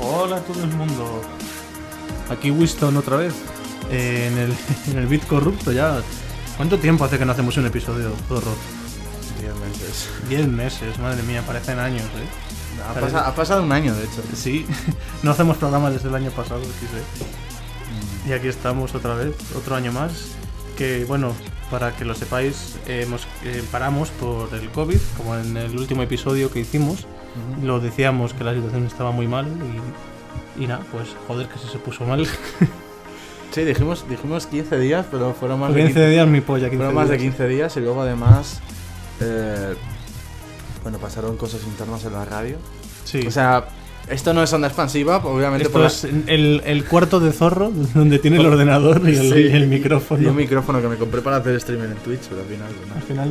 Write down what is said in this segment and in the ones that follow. Hola a todo el mundo. Aquí Winston otra vez, eh, en, el, en el Bit Corrupto ya. ¿Cuánto tiempo hace que no hacemos un episodio, Zorro? Diez meses. Diez meses, madre mía, parecen años, ¿eh? Ha, Parece- pasa- ha pasado un año, de hecho. Sí, no hacemos programas desde el año pasado, sí sé. Y aquí estamos otra vez, otro año más. Que bueno, para que lo sepáis, eh, hemos, eh, paramos por el COVID, como en el último episodio que hicimos. Ujú. Lo decíamos que la situación estaba muy mal y, y nada, pues joder, que se, se puso mal. Sí, dijimos, dijimos 15 días, pero fueron más, de 15 15, días mi polla, 15 fueron más de días. 15 días y luego además... eh, bueno, pasaron cosas internas en la radio. Sí. O sea, esto no es onda expansiva, obviamente Esto por la- es el, el cuarto de zorro donde tiene el ordenador y el, Sí. y el y micrófono. un micrófono que me compré para hacer streaming en Twitch, pero al final... pues, nada. Al final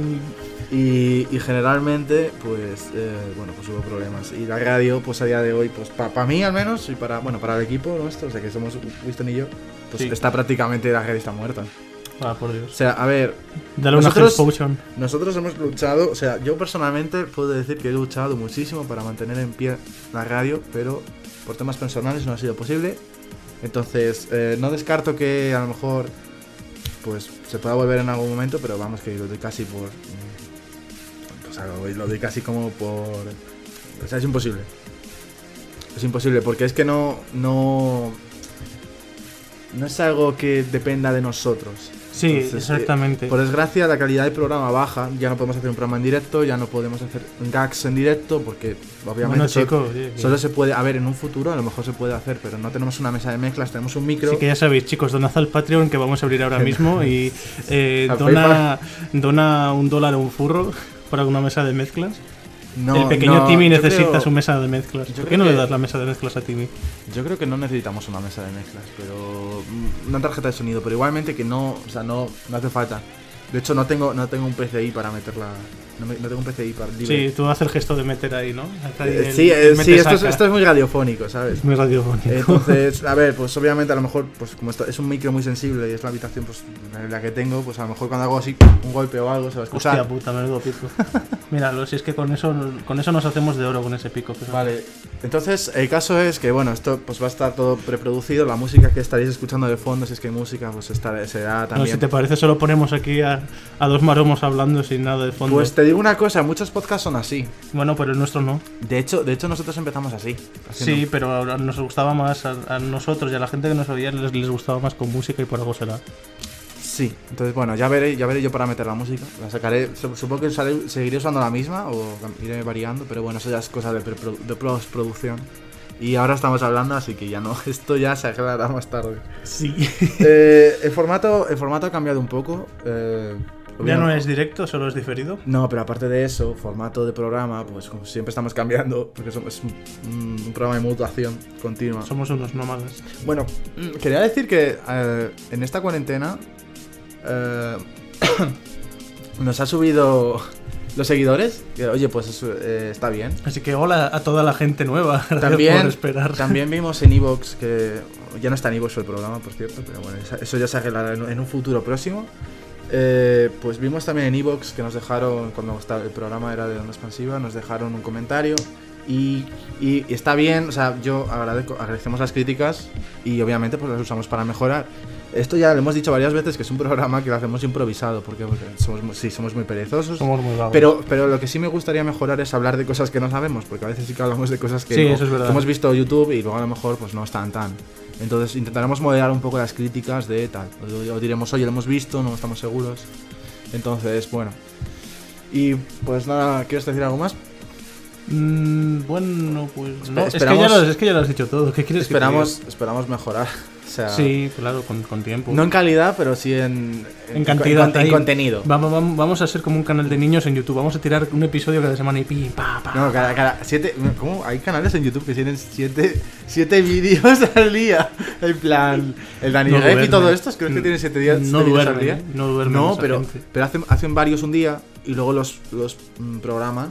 Y, y generalmente, pues, eh, bueno, pues hubo problemas. Y la radio, pues a día de hoy, pues para mí al menos, y para, bueno, para el equipo nuestro, o sea que somos Winston y yo, pues Sí. está prácticamente la radio está muerta. Ah, por O Dios. sea, a ver, Dale Nosotros- una health potion. nosotros hemos luchado, o sea, yo personalmente puedo decir que he luchado muchísimo para mantener en pie la radio, pero por temas personales no ha sido posible. Entonces, eh, no descarto que a lo mejor, pues, se pueda volver en algún momento, pero vamos, que lo doy casi por... mm, O sea, lo doy, lo doy casi como por... O sea, es imposible. Es imposible, porque es que no... No, no es algo que dependa de nosotros. Sí, Entonces, eh, exactamente. por desgracia, la calidad del programa baja. Ya no podemos hacer un programa en directo, ya no podemos hacer gags en directo, porque obviamente bueno, solo, chicos, oye, que- solo se puede. A ver, en un futuro a lo mejor se puede hacer, pero no tenemos una mesa de mezclas, tenemos un micro. Así que ya sabéis, chicos, donad al Patreon que vamos a abrir ahora mismo y eh, Al dona, dona un dólar o un furro para una mesa de mezclas. No, el pequeño no, Timmy yo necesita creo- su mesa de mezclas. yo ¿Por qué creo no le que- das la mesa de mezclas a Timmy? Yo creo que no necesitamos una mesa de mezclas, pero. mm, Una tarjeta de sonido, pero igualmente que no. O sea, no, no hace falta. De hecho, no tengo, no tengo un PCI para meterla. No, me- no tengo un PCI para. libre. Sí, tú haces el gesto de meter ahí, ¿no? Haz ahí Eh, el- sí, eh, el sí, esto es- mete-saca. esto es muy radiofónico, ¿sabes? Es muy radiofónico. Eh, Entonces, a ver, pues obviamente a lo mejor, pues como esto- es un micro muy sensible y es la habitación pues, en la que tengo, pues a lo mejor cuando hago así un golpe o algo se va a Hostia escuchar. puta, menudo pico. Míralo, si es que con eso, con eso nos hacemos de oro con ese pico. fíjate. Vale, entonces el caso es que, bueno, esto pues va a estar todo preproducido, la música que estaréis escuchando de fondo, si es que hay música, pues estará, será No, también... si te parece, solo ponemos aquí a, a dos maromos hablando sin nada de fondo. pues te digo una cosa, muchos podcasts son así. Bueno, pero el nuestro no. De hecho, de hecho nosotros empezamos así. haciendo- Sí, pero ahora nos gustaba más a, a nosotros y a la gente que nos oía les, les gustaba más con música y por algo será. Sí, entonces bueno, ya veré, ya veré yo para meter la música. La sacaré, su- supongo que usaré- seguiré usando la misma o iré variando, pero bueno, eso ya es cosa de, preprodu- de postproducción. Y ahora estamos hablando, así que ya no, esto ya se aclarará más tarde. Sí. Eh, el, formato, el formato ha cambiado un poco. eh, ya no obviamente- es directo, solo es diferido. No, pero aparte de eso, formato de programa, pues como siempre estamos cambiando, porque somos un, un- un programa de mutación continua. Somos unos nómadas. Bueno, mm, quería decir que eh, en esta cuarentena eh, nos ha subido los seguidores. que, Oye, pues eso, eh, está bien. Así que hola a toda la gente nueva. Gracias por También, esperar. también vimos en Evox que. Ya no está en Evox el programa, por cierto, pero bueno, esa- eso ya se arreglará en en un futuro próximo. Eh, pues vimos también en Evox que nos dejaron, cuando estaba- el programa era de Onda Expansiva, nos dejaron un comentario. Y, y- y está bien, o sea, yo agradezco, agradecemos las críticas y obviamente pues las usamos para mejorar. Esto ya lo hemos dicho varias veces que es un programa que lo hacemos improvisado, porque, porque somos, muy- sí, somos muy perezosos. Somos muy vagos. Pero, pero lo que sí me gustaría mejorar es hablar de cosas que no sabemos, porque a veces sí que hablamos de cosas que, Sí, no- eso es verdad. que hemos visto en YouTube y luego a lo mejor pues no están tan. Entonces intentaremos moderar un poco las críticas de tal. O, o diremos, oye, lo hemos visto, no estamos seguros. Entonces, bueno. Y pues nada, ¿quieres decir algo más? Mm, bueno, pues no. Espe- Es que, ya esperamos- lo, es que ya lo has dicho todo. ¿Qué quieres que te Esperamos, esperamos mejorar. O sea, diga? Sí, claro, con, con tiempo. no en calidad, pero sí en, En cantidad, en, ahí. contenido. Va- va- va- vamos a ser como un canal de niños en YouTube. Vamos a tirar un episodio cada semana y pim, pa, pa. No, cada, cada siete. ¿Cómo? Hay canales en YouTube que tienen siete, siete vídeos al día. En plan, el Dani No Rep y duermen. todo esto, creo que tienen siete días. no siete vídeos duermen, al ¿eh? día. no duermen No, esa pero, gente. pero hacen, hacen varios un día y luego los, los mm, programan.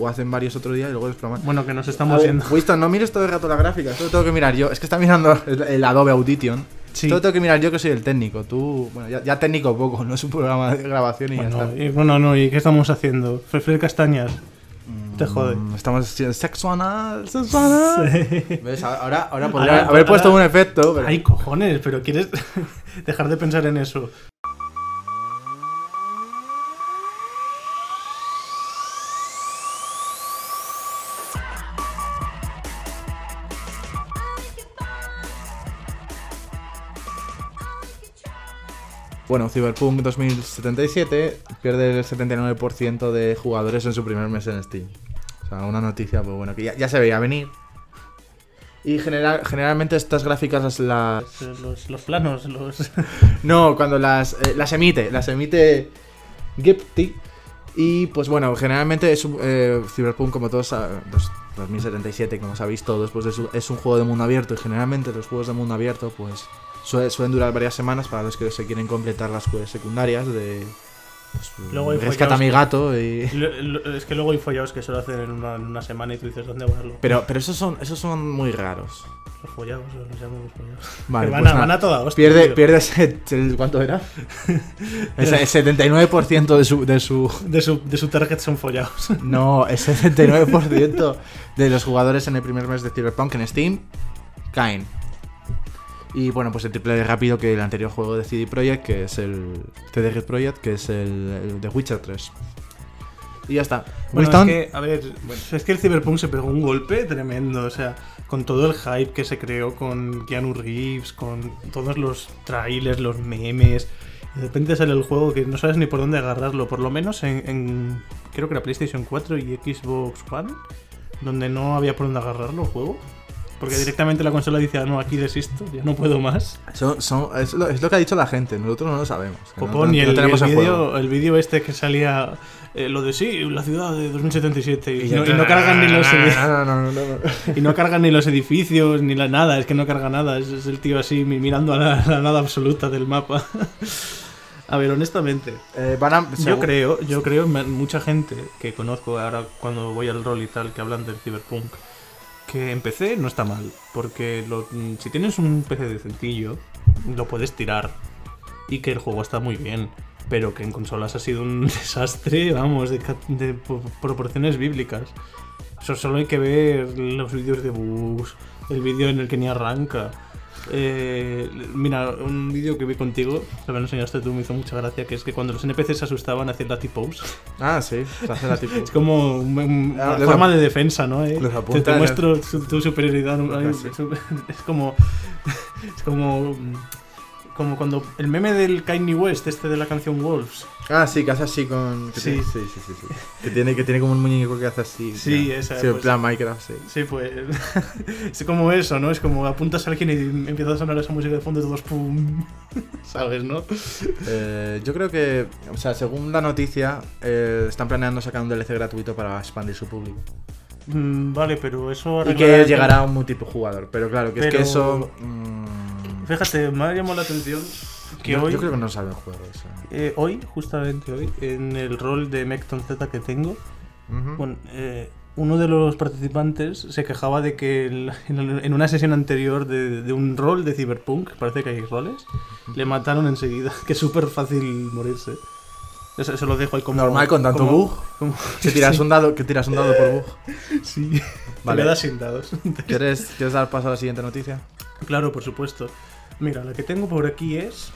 O hacen varios otro día y luego los programan. Bueno, que nos A estamos ver, yendo. Winston, no mires todo el rato la gráfica. Esto lo tengo que mirar yo. Es que está mirando el, el Adobe Audition. Sí. Todo lo tengo que mirar yo que soy el técnico. Tú, bueno, ya, ya técnico poco, no es un programa de grabación y ya eh, Bueno, está. y- bueno, no, ¿y qué estamos haciendo? Fre- Fred Castañas. Mm, Te jode. Mm, Estamos haciendo sexo anal, sexo anal. Sí. ¿Ves? Ahora, ahora podría Ahora- haber puesto ahora- un efecto. pero- Ay, cojones, pero quieres dejar de pensar en eso. Bueno, Cyberpunk 2077 pierde el 79% de jugadores en su primer mes en Steam. O sea, una noticia pues bueno, que ya, ya se veía venir. Y general, generalmente estas gráficas las, las- Los, los planos, los. No, cuando las, eh, las emite, las emite Gipty. Y pues bueno, generalmente es un, eh, Cyberpunk, como todos sa- dos- 2077, como sabéis todos, pues es un, es un juego de mundo abierto. Y generalmente los juegos de mundo abierto, pues sue- suelen durar varias semanas para los que se quieren completar las quests secundarias de. Pues, Luego hay rescata a mi gato y. lo- lo- es que luego hay follados que solo hacen en una, en una semana y tú dices, ¿dónde van los, Pero, pero esos, son, esos son muy raros. los follados? Los llamamos follados. Vale, Que van, pues a, nada. van a toda hostia. Pierde, tío. pierde ese- el- ¿Cuánto era? Ese- el 79% de su, de su De, su, de su target son follados. No, el 79% de los jugadores en el primer mes de Cyberpunk en Steam caen. Y bueno, pues el triple de rápido que el anterior juego de CD Projekt, que es el CD Red Projekt, que es el, el de Witcher 3. Y ya está. Bueno, Winston, es que, a ver, es que el Cyberpunk se pegó un golpe tremendo, o sea, con todo el hype que se creó con Keanu Reeves, con todos los trailers, los memes, y de repente sale el juego que no sabes ni por dónde agarrarlo, por lo menos en, en- creo que era PlayStation 4 y Xbox One, donde no había por dónde agarrarlo el juego, porque directamente la consola dice, "Ah, no, aquí desisto, ya no puedo más. son- son- es, lo, es lo que ha dicho la gente, nosotros no lo sabemos. que no- Copón, no- y no el, tenemos el el juego. vídeo el vídeo este que salía, eh, lo de sí, la ciudad de 2077, y, Y ya- no, y no cargan ni los... Ah, No, no, no, no, no. Y no carga ni los edificios, ni la nada, es que no carga nada, es, es el tío así mi- mirando a la, la nada absoluta del mapa. A ver, honestamente, Eh, van a- yo según- creo, yo creo en ma- mucha gente que conozco ahora cuando voy al rol y tal, que hablan del cyberpunk, que en PC no está mal, porque lo- mm, si tienes un PC decentillo, lo puedes tirar y que el juego está muy bien. Pero que en consolas ha sido un desastre, vamos, de, ca- de po- proporciones bíblicas. Eso solo hay que ver los vídeos de bugs, el vídeo en el que ni arranca. Eh, mira, un vídeo que vi contigo, que me lo enseñaste tú, me hizo mucha gracia, que es que cuando los NPCs se asustaban hacían la T-pose. Ah, sí. se hace la tipo- Es como un- un- Ah, una los forma ap- de defensa, ¿no? Eh, los Te, te apuntan, muestro su- tu superioridad. ¿no? Ay, Sí. su- Es como. Es como. Como cuando. El meme del Kanye West, este de la canción Wolves. Ah, sí, que hace así con. que Sí. tiene- sí, sí, sí, sí. Que tiene, que tiene como un muñeco que hace así. Sí, ya. esa, Sí, en pues. plan Minecraft, sí. Sí, pues. Es como eso, ¿no? Es como apuntas a alguien y empieza a sonar esa música de fondo y todos pum. ¿Sabes, no? Eh, yo creo que, o sea, según la noticia, eh, están planeando sacar un DLC gratuito para expandir su público. Mm, Vale, pero eso. Y arreglará- que llegará a un multijugador. Pero claro, que es que Pero- eso. mm, Fíjate, me ha llamado la atención que yo, hoy. yo creo que no sabe el juego eso. eh, hoy, justamente hoy, en el rol de Mecton Z que tengo, Ujú. Bueno, eh, uno de los participantes se quejaba de que el- en el- en una sesión anterior de, de un rol de Cyberpunk, parece que hay roles, le mataron enseguida, que es súper fácil morirse. Eso, eso lo dejo ahí como... Normal, con tanto como- bug. como- Que tiras un dado, que tiras un dado por bug. Sí, Vale. vale. das sin dados. ¿Quieres, ¿Quieres dar paso a la siguiente noticia? Claro, por supuesto. Mira, la que tengo por aquí es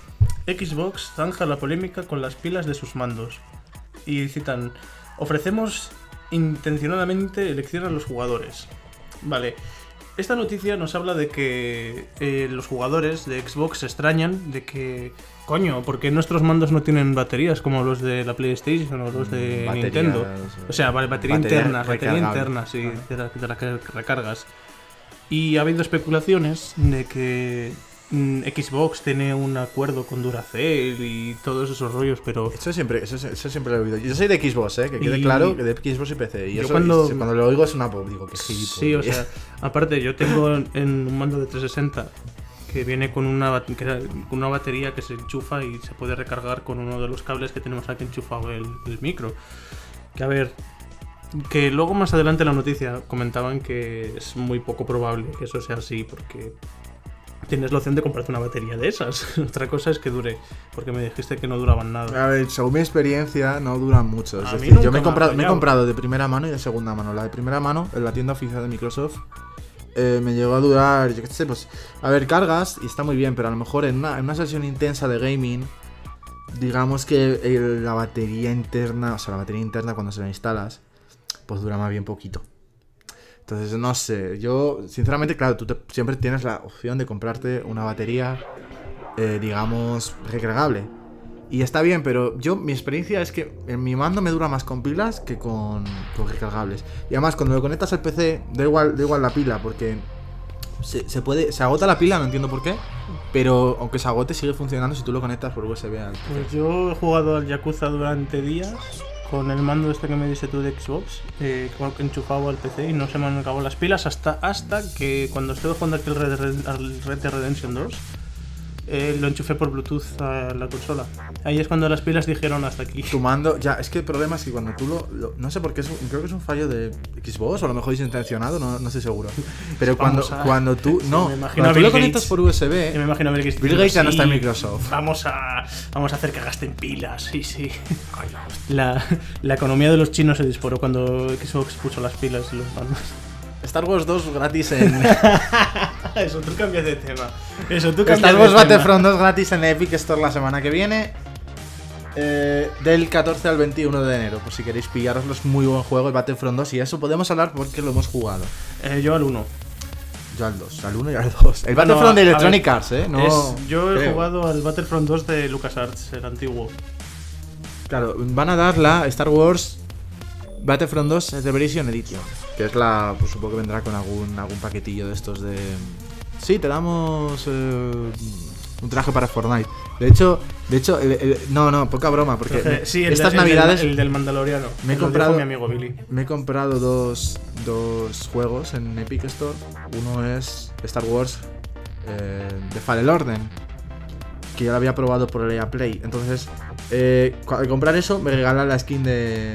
Xbox zanja la polémica con las pilas de sus mandos. Y citan, ofrecemos intencionadamente elección a los jugadores. Vale, esta noticia nos habla de que eh, los jugadores de Xbox se extrañan de que... Coño, porque nuestros mandos no tienen baterías como los de la PlayStation o los Pues de Batería, Nintendo? O sea, vale, batería, Mm, eh, Batería interna, batería recargable. interna, sí, Ajá. de la, de la que recargas. Y ha habido especulaciones de que mm, Xbox tiene un acuerdo con Duracell y todos esos rollos, pero Eso siempre, eso, eso siempre lo he oído. Yo soy de Xbox, ¿eh? que quede Y- claro que de Xbox y PC. Y Yo eso, cuando- y cuando lo oigo es una pop, digo que sí. Sí, o sea, aparte yo tengo en en un mando de 360 que viene con una, bat- que era- con una batería que se enchufa y se puede recargar con uno de los cables que tenemos aquí enchufado el, el micro. Que a ver, que luego más adelante en la noticia comentaban que es muy poco probable que eso sea así porque tienes la opción de comprarte una batería de esas. Otra cosa es que dure, porque me dijiste que no duraban nada. A ver, según mi experiencia, no duran mucho. Es A mí decir, nunca yo me me he, ha comprado, me he fallado. comprado de primera mano y de segunda mano. La de primera mano, en la tienda oficial de Microsoft, eh, me llegó a durar, yo qué sé, pues. A ver, cargas y está muy bien, pero a lo mejor en una, en una sesión intensa de gaming, digamos que el- la batería interna, o sea, la batería interna cuando se la instalas, pues dura más bien poquito. Entonces, no sé, yo, sinceramente, claro, tú te- siempre tienes la opción de comprarte una batería, eh, digamos, recargable. Y está bien, pero yo, mi experiencia es que en mi mando me dura más con pilas que con, con recargables. Y además, cuando lo conectas al PC, da igual, da igual la pila, porque se, se puede, se agota la pila, no entiendo por qué, pero aunque se agote, sigue funcionando si tú lo conectas por USB al Pues yo he jugado al Yakuza durante días con el mando este que me dice tú de Xbox, eh, que enchufado al PC y no se me han acabado las pilas hasta, hasta que cuando estuve jugando aquel Red, Red- al Red Dead Redemption 2, eh, lo enchufé por Bluetooth a la consola. Ahí es cuando las pilas dijeron hasta aquí. Tu mando, ya, es que el problema es que cuando tú lo, lo- no sé por qué, es un- creo que es un fallo de Xbox, o a lo mejor es intencionado, no, no estoy seguro. Pero cuando, Vamos a- cuando tú, Sí, no, me imagino cuando a tú Bill lo conectas Gates. por Yo me USB, imagino a Bill Gates. diciendo, Bill Gates ya no está en "Sí, Microsoft". Vamos a, vamos a hacer que gasten pilas, sí, sí. La, la economía de los chinos se disparó cuando Xbox puso las pilas y los mandos. Star Wars 2 gratis en, Eso, tú cambias de tema. Eso, tú cambias Star de Wars tema. Battlefront 2 gratis en Epic Store la semana que viene. eh, del 14 al 21 de enero, por si queréis pillaroslo, es muy buen juego el Battlefront 2 y eso podemos hablar porque lo hemos jugado. Eh, yo al 1. Yo al 2, al 1 y al 2. El Battlefront a de ver, Electronic Arts, ¿eh? No, yo he creo. jugado al Battlefront 2 de LucasArts, el antiguo. Claro, van a dar la Star Wars Battlefront 2 Celebration Edition. Que es la. Pues supongo que vendrá con algún, algún paquetillo de estos de. Sí, te damos. eh, un traje para Fortnite. De hecho, de hecho, el- el- no, no, poca broma, porque me- Entonces, sí, el, estas el- el del- navidades El, del Mandaloriano. me he Lo dijo comprado- mi amigo Billy. me he comprado dos, dos juegos en Epic Store. Uno es Star Wars eh, The Fallen Order, que ya lo había probado por el EA Play. Entonces, eh, cu- al comprar eso, me regalan la skin de,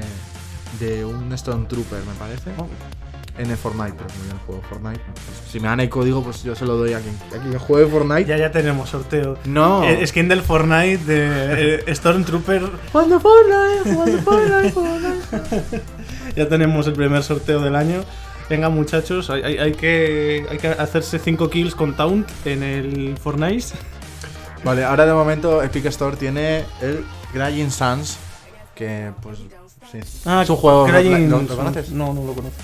de un Stormtrooper, me parece. En el Fortnite, pero como yo no juego Fortnite. pues, si me dan el código, pues yo se lo doy a quien, a quien juegue Fortnite. Ya, ya tenemos sorteo. No. Eh, Skin del Fortnite de eh, Stormtrooper. Jugando Fortnite, jugando Fortnite, jugando Ya tenemos el primer sorteo del año. Venga, muchachos, hay, hay- hay que, hay que hacerse 5 kills con Taunt en el Fortnite. Vale, ahora de momento Epic Store tiene el Grinding Suns, que pues sí. es un juego Crying- ¿lo, lo conoces? No, no lo conozco.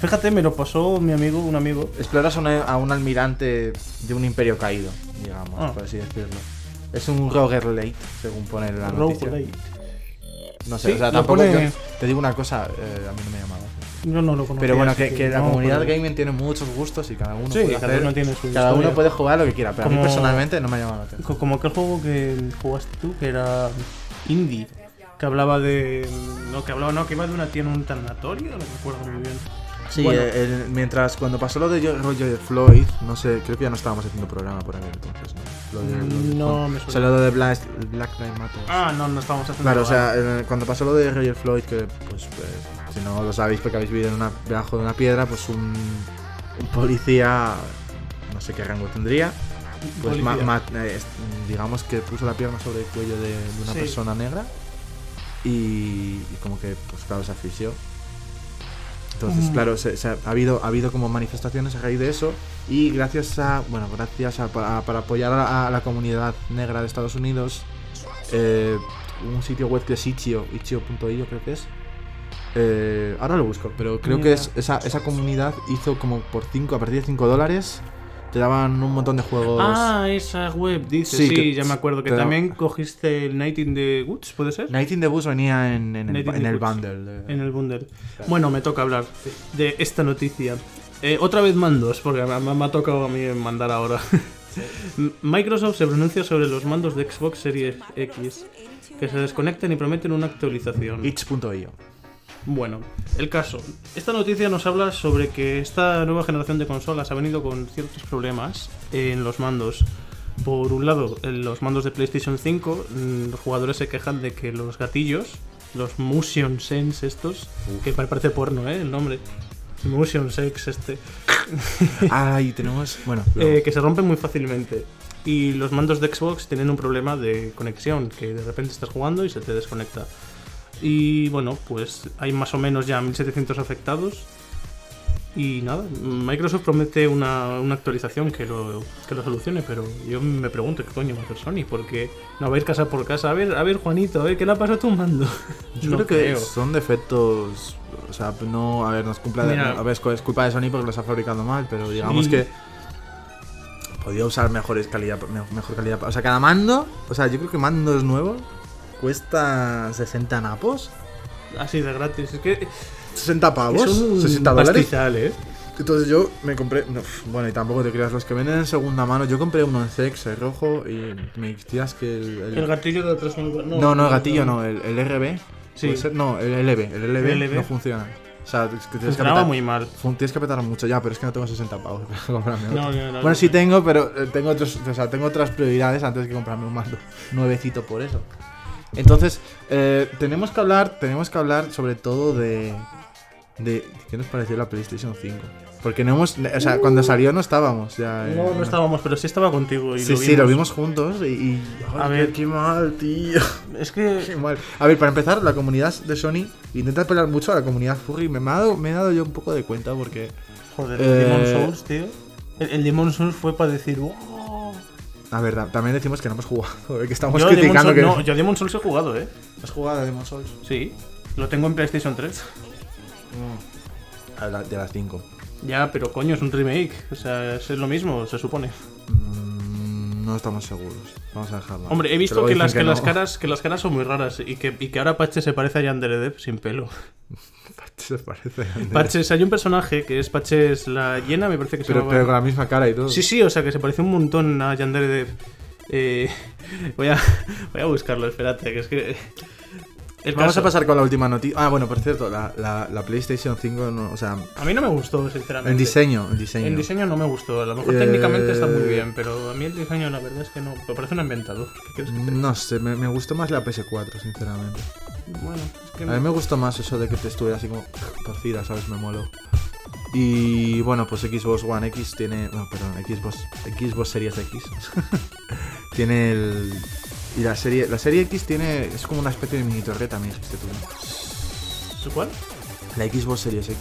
Fíjate, me lo pasó mi amigo, un amigo. Exploras a un, a un almirante de un imperio caído, digamos, Ah. por así decirlo. Es un roguelite, según pone la noticia. Roguelite. No sé, Sí, o sea, lo tampoco pone- yo- te digo una cosa, eh, a mí no me llamaba. Yo no lo conocía. Pero bueno, así que, que la no, comunidad pero- gaming tiene muchos gustos y cada uno Sí, puede cada hacer- uno tiene su cada uno historia. puede jugar lo que quiera, pero a mí Como- personalmente no me ha llamado la atención. co- Como aquel juego que jugaste tú, que era indie, que hablaba de... No, que hablaba, no, que iba de una tienda en un tanatorio, no me acuerdo muy bien. Sí, Bueno. eh, el- mientras cuando pasó lo de yo- rollo de Floyd, no sé, creo que ya no estábamos haciendo programa por aquel entonces, ¿no? Lo de, lo de- Mm, No bueno, me suena. O sea, lo de Black, Black Lives Matter. Ah, no, no estábamos haciendo... claro, o nada. sea, eh, cuando pasó lo de Roger Floyd, que pues, eh, si no lo sabéis porque habéis vivido en una, debajo de una piedra, pues un, un policía, no sé qué rango tendría, pues ma- Policía. ma- eh, es- digamos que puso la pierna sobre el cuello de, de una Sí. persona negra y, y como que pues claro se asfixió entonces Mm. claro se- se ha, ha habido ha habido como manifestaciones a raíz de eso y gracias a bueno gracias a, pa- para apoyar a, la- a la comunidad negra de Estados Unidos eh, un sitio web que es Itch.io Itch.io creo que es eh, ahora lo busco, pero creo que Mira. es, esa, esa comunidad hizo como por 5, a partir de 5 dólares, te daban un montón de juegos. Ah, esa web, dice. Sí, Sí, que- ya me acuerdo. Que pero- también cogiste el Night in the Woods, ¿puede ser? Night in the Bus venía en, en el, Night in en the el Bus. bundle. de- En el bundle. Bueno, me toca hablar de esta noticia. Eh, otra vez mandos, porque me, me- me ha tocado a mí mandar ahora. M- Microsoft se pronuncia sobre los mandos de Xbox Series X, que se desconectan y prometen una actualización. Itch.io. Bueno, el caso. Esta noticia nos habla sobre que esta nueva generación de consolas ha venido con ciertos problemas en los mandos. Por un lado, en los mandos de PlayStation 5, mm, los jugadores se quejan de que los gatillos, los motion sense estos, que parece porno, ¿eh? El nombre. Motion Sex este. Ay, tenemos. Bueno, eh, luego. que se rompen muy fácilmente. Y los mandos de Xbox tienen un problema de conexión, que de repente estás jugando y se te desconecta. Y bueno, pues hay más o menos ya 1700 afectados. Y nada, Microsoft promete una, una actualización que lo, que lo solucione, pero yo me pregunto qué coño va a hacer Sony, porque no va a ir casa por casa. A ver, a ver, Juanito, a ver, ¿qué le ha pasado a tu mando? yo No creo que son defectos. O sea, no. A ver, no es culpa de, Mira. Mm. a ver, es cu- es culpa de Sony porque los ha fabricado mal, pero digamos Sí. que. Podía usar mejores calidad, me- mejor calidad. O sea, cada mando. O sea, yo creo que mandos nuevos cuesta 60 napos. Así de gratis. Es que 60 pavos. es un 60 dólares. pastizal, ¿eh? Entonces yo me compré. no, pf, bueno, y tampoco te creas, los que venden en segunda mano. Yo compré uno en sex, el rojo, y me decías que el. el- El gatillo de atrás no, no, no, el gatillo no, el, el RB. Sí. puede ser, No, el LB. El LB, El LB. no funciona. O sea, es que tienes que Funcionaba apretar. muy mal. fun- Tienes que apretar mucho ya, pero es que no tengo 60 pavos para comprarme otro. No, no, no, bueno, no. sí tengo, pero eh, tengo, otros, o sea, tengo otras prioridades antes que comprarme un mando nuevecito por eso. Entonces, eh, tenemos que hablar, tenemos que hablar sobre todo de, de qué nos pareció la PlayStation 5. Porque no hemos, o sea, cuando salió no estábamos ya. eh, No, no estábamos, pero sí estaba contigo. Y Sí, sí, lo vimos juntos y, y- A ay, ver. qué- qué mal, tío. Es que. Qué mal. A ver, para empezar, la comunidad de Sony intenta apelar mucho a la comunidad furry. Me, me ha dado, me he dado yo un poco de cuenta porque. Joder, Eh, el Demon Souls, tío. El, el Demon Souls fue para decir. "Wow". La verdad, también decimos que no hemos jugado, eh, que estamos Yo a Demon criticando Souls, que. no, yo a Demon Souls he jugado, ¿eh? ¿Has jugado a Demon Souls? Sí. Lo tengo en PlayStation 3. A la- de las 5. Ya, pero coño, es un remake. O sea, es lo mismo, se supone. Mm, no estamos seguros. Vamos a dejarlo. Hombre, he visto Pero que dicen las, que, las no. caras, que las caras son muy raras y que, y que ahora Pache se parece a Yandere Depp sin pelo. Se parece. Paches, hay un personaje que es Paches la llena, me parece que se Pero, llama. pero con la misma cara y todo. Sí, sí, o sea que se parece un montón a Yandere Dev. Eh, voy, a, voy a buscarlo, espérate, que es que. El Vamos caso. a pasar con la última noticia. Ah, bueno, por cierto, la, la- la PlayStation 5, no- o sea, A mí no me gustó, sinceramente. en diseño, en diseño. En diseño no me gustó. A lo mejor Eh, técnicamente está muy bien, pero a mí el diseño la verdad es que no. Me parece un inventador. ¿Qué crees que te- No sé, me, me gustó más la PS4, sinceramente. Bueno, es que. A mí me gustó más eso de que te estuviera así como torcida, ¿sabes? Me moló. Y bueno, pues Xbox One X tiene. Bueno, perdón, Xbox, Xbox Series X. tiene el. Y la serie, la serie X tiene. Es como una especie de mini torreta, me dijiste tú. ¿no? ¿Cuál? La Xbox Series X.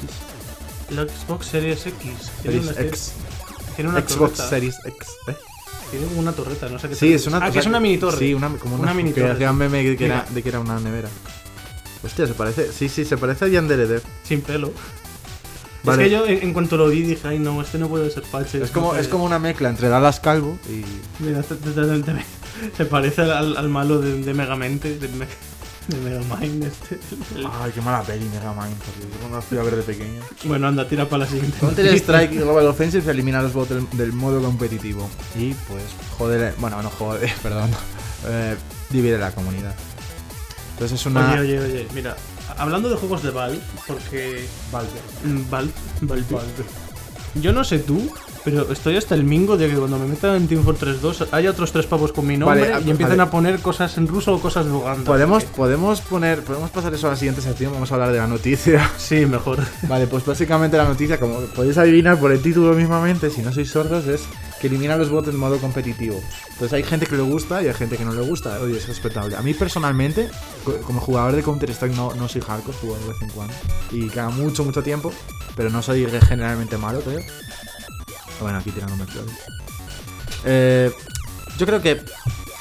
La Xbox Series X. Tiene Series una, X. Tiene una Xbox torreta. Series X. ¿eh? Tiene una torreta, no sé qué. Sí, torreta es una Ah, que es una mini torre. Sí, una, como una, Una mini que torre. hacían meme de que, era, Mira. de que era una nevera. Hostia, se parece. Sí, sí, se parece a Yandere Dev. Sin pelo. Vale. Es que yo en, en cuanto lo vi dije, ay no, este no puede ser Pache. Es no como, es puede". como una mezcla entre Dallas Calvo y. Mira, te- te- te- te- te- se parece al, al malo de, de Megamente, de, Me- de Megamind este. Ay, qué mala peli, Mega Man, porque yo cuando la fui a ver de pequeño. Bueno, anda, tira para la siguiente. Counter Strike Global Offensive elimina los bots del, del modo competitivo. Y pues, joder, bueno, no joder, perdón. Eh, divide la comunidad. Entonces es una. Oye, oye, oye, mira, hablando de juegos de Valve, porque... Valve. mm, Valve, Valve. Yo no sé tú, pero estoy hasta el mingo de que cuando me metan en Team Fortress 2 haya otros tres pavos con mi nombre Vale, a- y empiezan vale. a poner cosas en ruso o cosas de Uganda. Podemos, Porque- podemos poner, podemos pasar eso a la siguiente sección, vamos a hablar de la noticia. Sí, mejor. Vale, pues básicamente la noticia, como podéis adivinar por el título mismamente, si no sois sordos, es que elimina los bots en modo competitivo. Entonces hay gente que le gusta y hay gente que no le gusta. Oye, es respetable. A mí personalmente, co- como jugador de Counter-Strike, no, no soy hardcore, juego de vez en cuando. Y cada mucho, mucho tiempo, pero no soy re- generalmente malo, creo. Bueno, aquí tirándome flores. Eh, yo creo que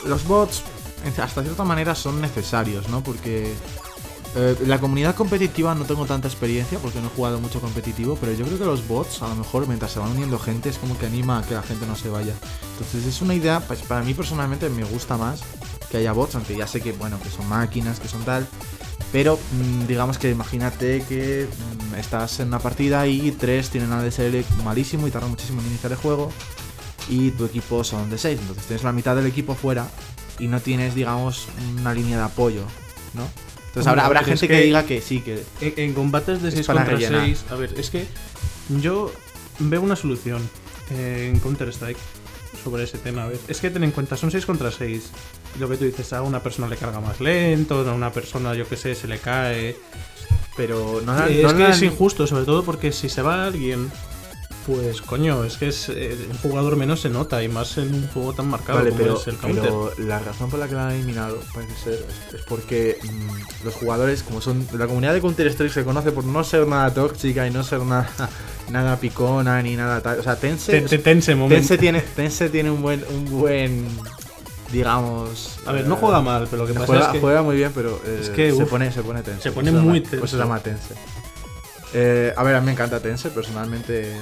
los bots, en- hasta cierta manera, son necesarios, ¿no? Porque eh, la comunidad competitiva no tengo tanta experiencia porque no he jugado mucho competitivo, pero yo creo que los bots, a lo mejor mientras se van uniendo gente, es como que anima a que la gente no se vaya. Entonces es una idea, pues para mí personalmente me gusta más que haya bots, aunque ya sé que, bueno, que son máquinas, que son tal. Pero mm, digamos que imagínate que mm, estás en una partida y tres tienen ADSL malísimo y tarda muchísimo en iniciar el juego y tu equipo son de 6. Entonces tienes la mitad del equipo fuera y no tienes, digamos, una línea de apoyo, ¿no? Entonces habrá, Hombre, habrá es gente que... que- diga que sí, que... En, en combates de Es 6 para contra rellenar. 6, a ver, es que yo veo una solución eh, en Counter-Strike sobre ese tema. A ver, es que ten en cuenta, son 6 contra 6. Lo que tú dices, a una persona le carga más lento, a una persona, yo qué sé, se le cae. pero no la- Eh, no es que la- es injusto, sobre todo porque si se va alguien, pues coño, es que es eh, un jugador menos se nota y más en un juego tan marcado Vale, como pero, es el counter. pero la razón por la que la han eliminado parece ser es, es porque mm, los jugadores, como son. La comunidad de Counter Strike se conoce por no ser nada tóxica y no ser nada, nada picona ni nada tal. O sea, Tense. Te- te- tense momento. Tense tiene, Tense tiene un buen, un buen, digamos. A ver, no eh, juega mal, pero lo que pasa Juega, es que juega muy bien, pero eh, es que, se, uf, pone, se pone tenso. se pone Por eso muy llama- Por tenso. eso se llama tense. Eh, a ver, a mí me encanta tense, personalmente.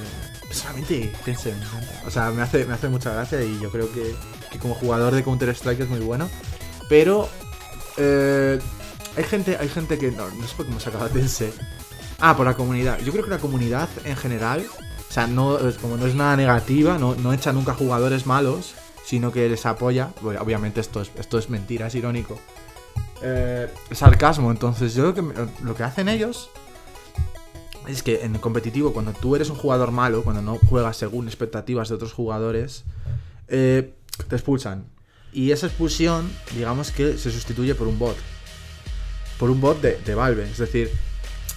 Personalmente, tense me encanta. O sea, me hace, me hace mucha gracia y yo creo que, que como jugador de Counter-Strike es muy bueno. Pero. eh, hay gente, hay gente que. No, no sé por qué hemos sacado a tense. Ah, por la comunidad. Yo creo que la comunidad en general, o sea, no, es- como no es nada negativa, no, no echa nunca jugadores malos, sino que les apoya. Bueno, obviamente esto es, esto es mentira, es irónico. Eh, sarcasmo, entonces yo lo que, lo que hacen ellos es que en el competitivo, cuando tú eres un jugador malo, cuando no juegas según expectativas de otros jugadores, eh, te expulsan. Y esa expulsión, digamos que se sustituye por un bot. Por un bot de- de Valve. Es decir,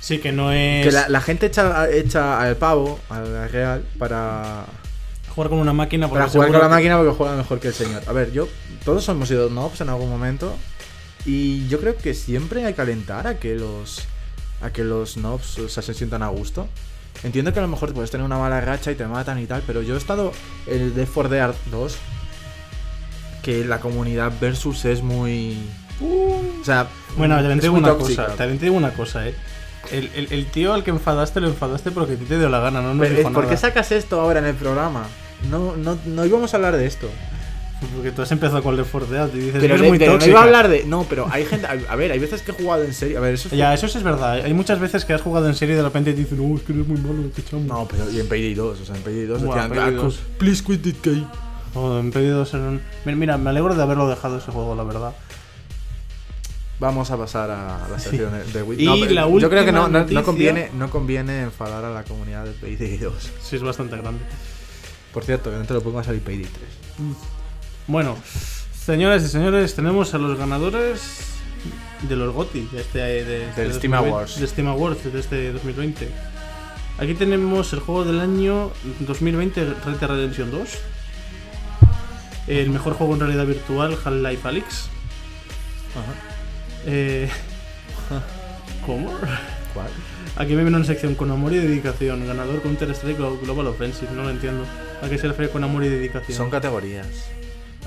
sí que no es que la, la gente echa, echa al pavo, al real, para, jugar con una máquina porque para jugar con seguro la que- máquina porque juega mejor que el señor. A ver, yo, todos hemos sido nobs en algún momento. Y yo creo que siempre hay que alentar a que los, a que los nobs o sea, se sientan a gusto. Entiendo que a lo mejor puedes tener una mala racha y te matan y tal, pero yo he estado en el de For Dead 2, que la comunidad versus es muy. o sea, Bueno, también es te digo muy una tóxica. cosa, también te digo una cosa, eh. El, el- el tío al que enfadaste lo enfadaste porque a ti te dio la gana, no nos Pero, dijo ¿Por qué nada. sacas esto ahora en el programa? No, no, no íbamos a hablar de esto. Porque tú has empezado con el Force Dead y dices, Pero, es de- muy pero no tóxica. iba a hablar de. No, pero hay gente. A, a ver, hay veces que he jugado en serio. A ver, eso es. Ya, eso sí es verdad. eh. Hay muchas veces que has jugado en serie y de repente te dicen, "Uh, es que eres muy malo, te echamos". No, pero y en Payday 2. O sea, en Payday 2 Buah, decían. Payday "Ah, 2". Please quit this game. O en pedidos en un... Mira, mira, me alegro de haberlo dejado ese juego, la verdad. Vamos a pasar a la sección de- de Wii. Y No, pero la Yo creo que no, no, última no noticia- conviene, no conviene enfadar a la comunidad de Payday 2. Sí, es bastante grande. Por cierto, que dentro de poco va a salir Payday 3. Bueno, señoras y señores, tenemos a los ganadores de los GOTY de este, de, Del Steam 2020 Awards. De Steam Awards de este 2020. Aquí tenemos el juego del año 2020, Red Dead Redemption 2. El mejor juego en realidad virtual, Half-Life Alyx. Eh, ¿Cómo? ¿Cuál? Aquí me viene una sección con amor y dedicación. Ganador Counter-Strike Glo- Global Offensive. No lo entiendo. ¿A qué se refiere con amor y dedicación? Son categorías.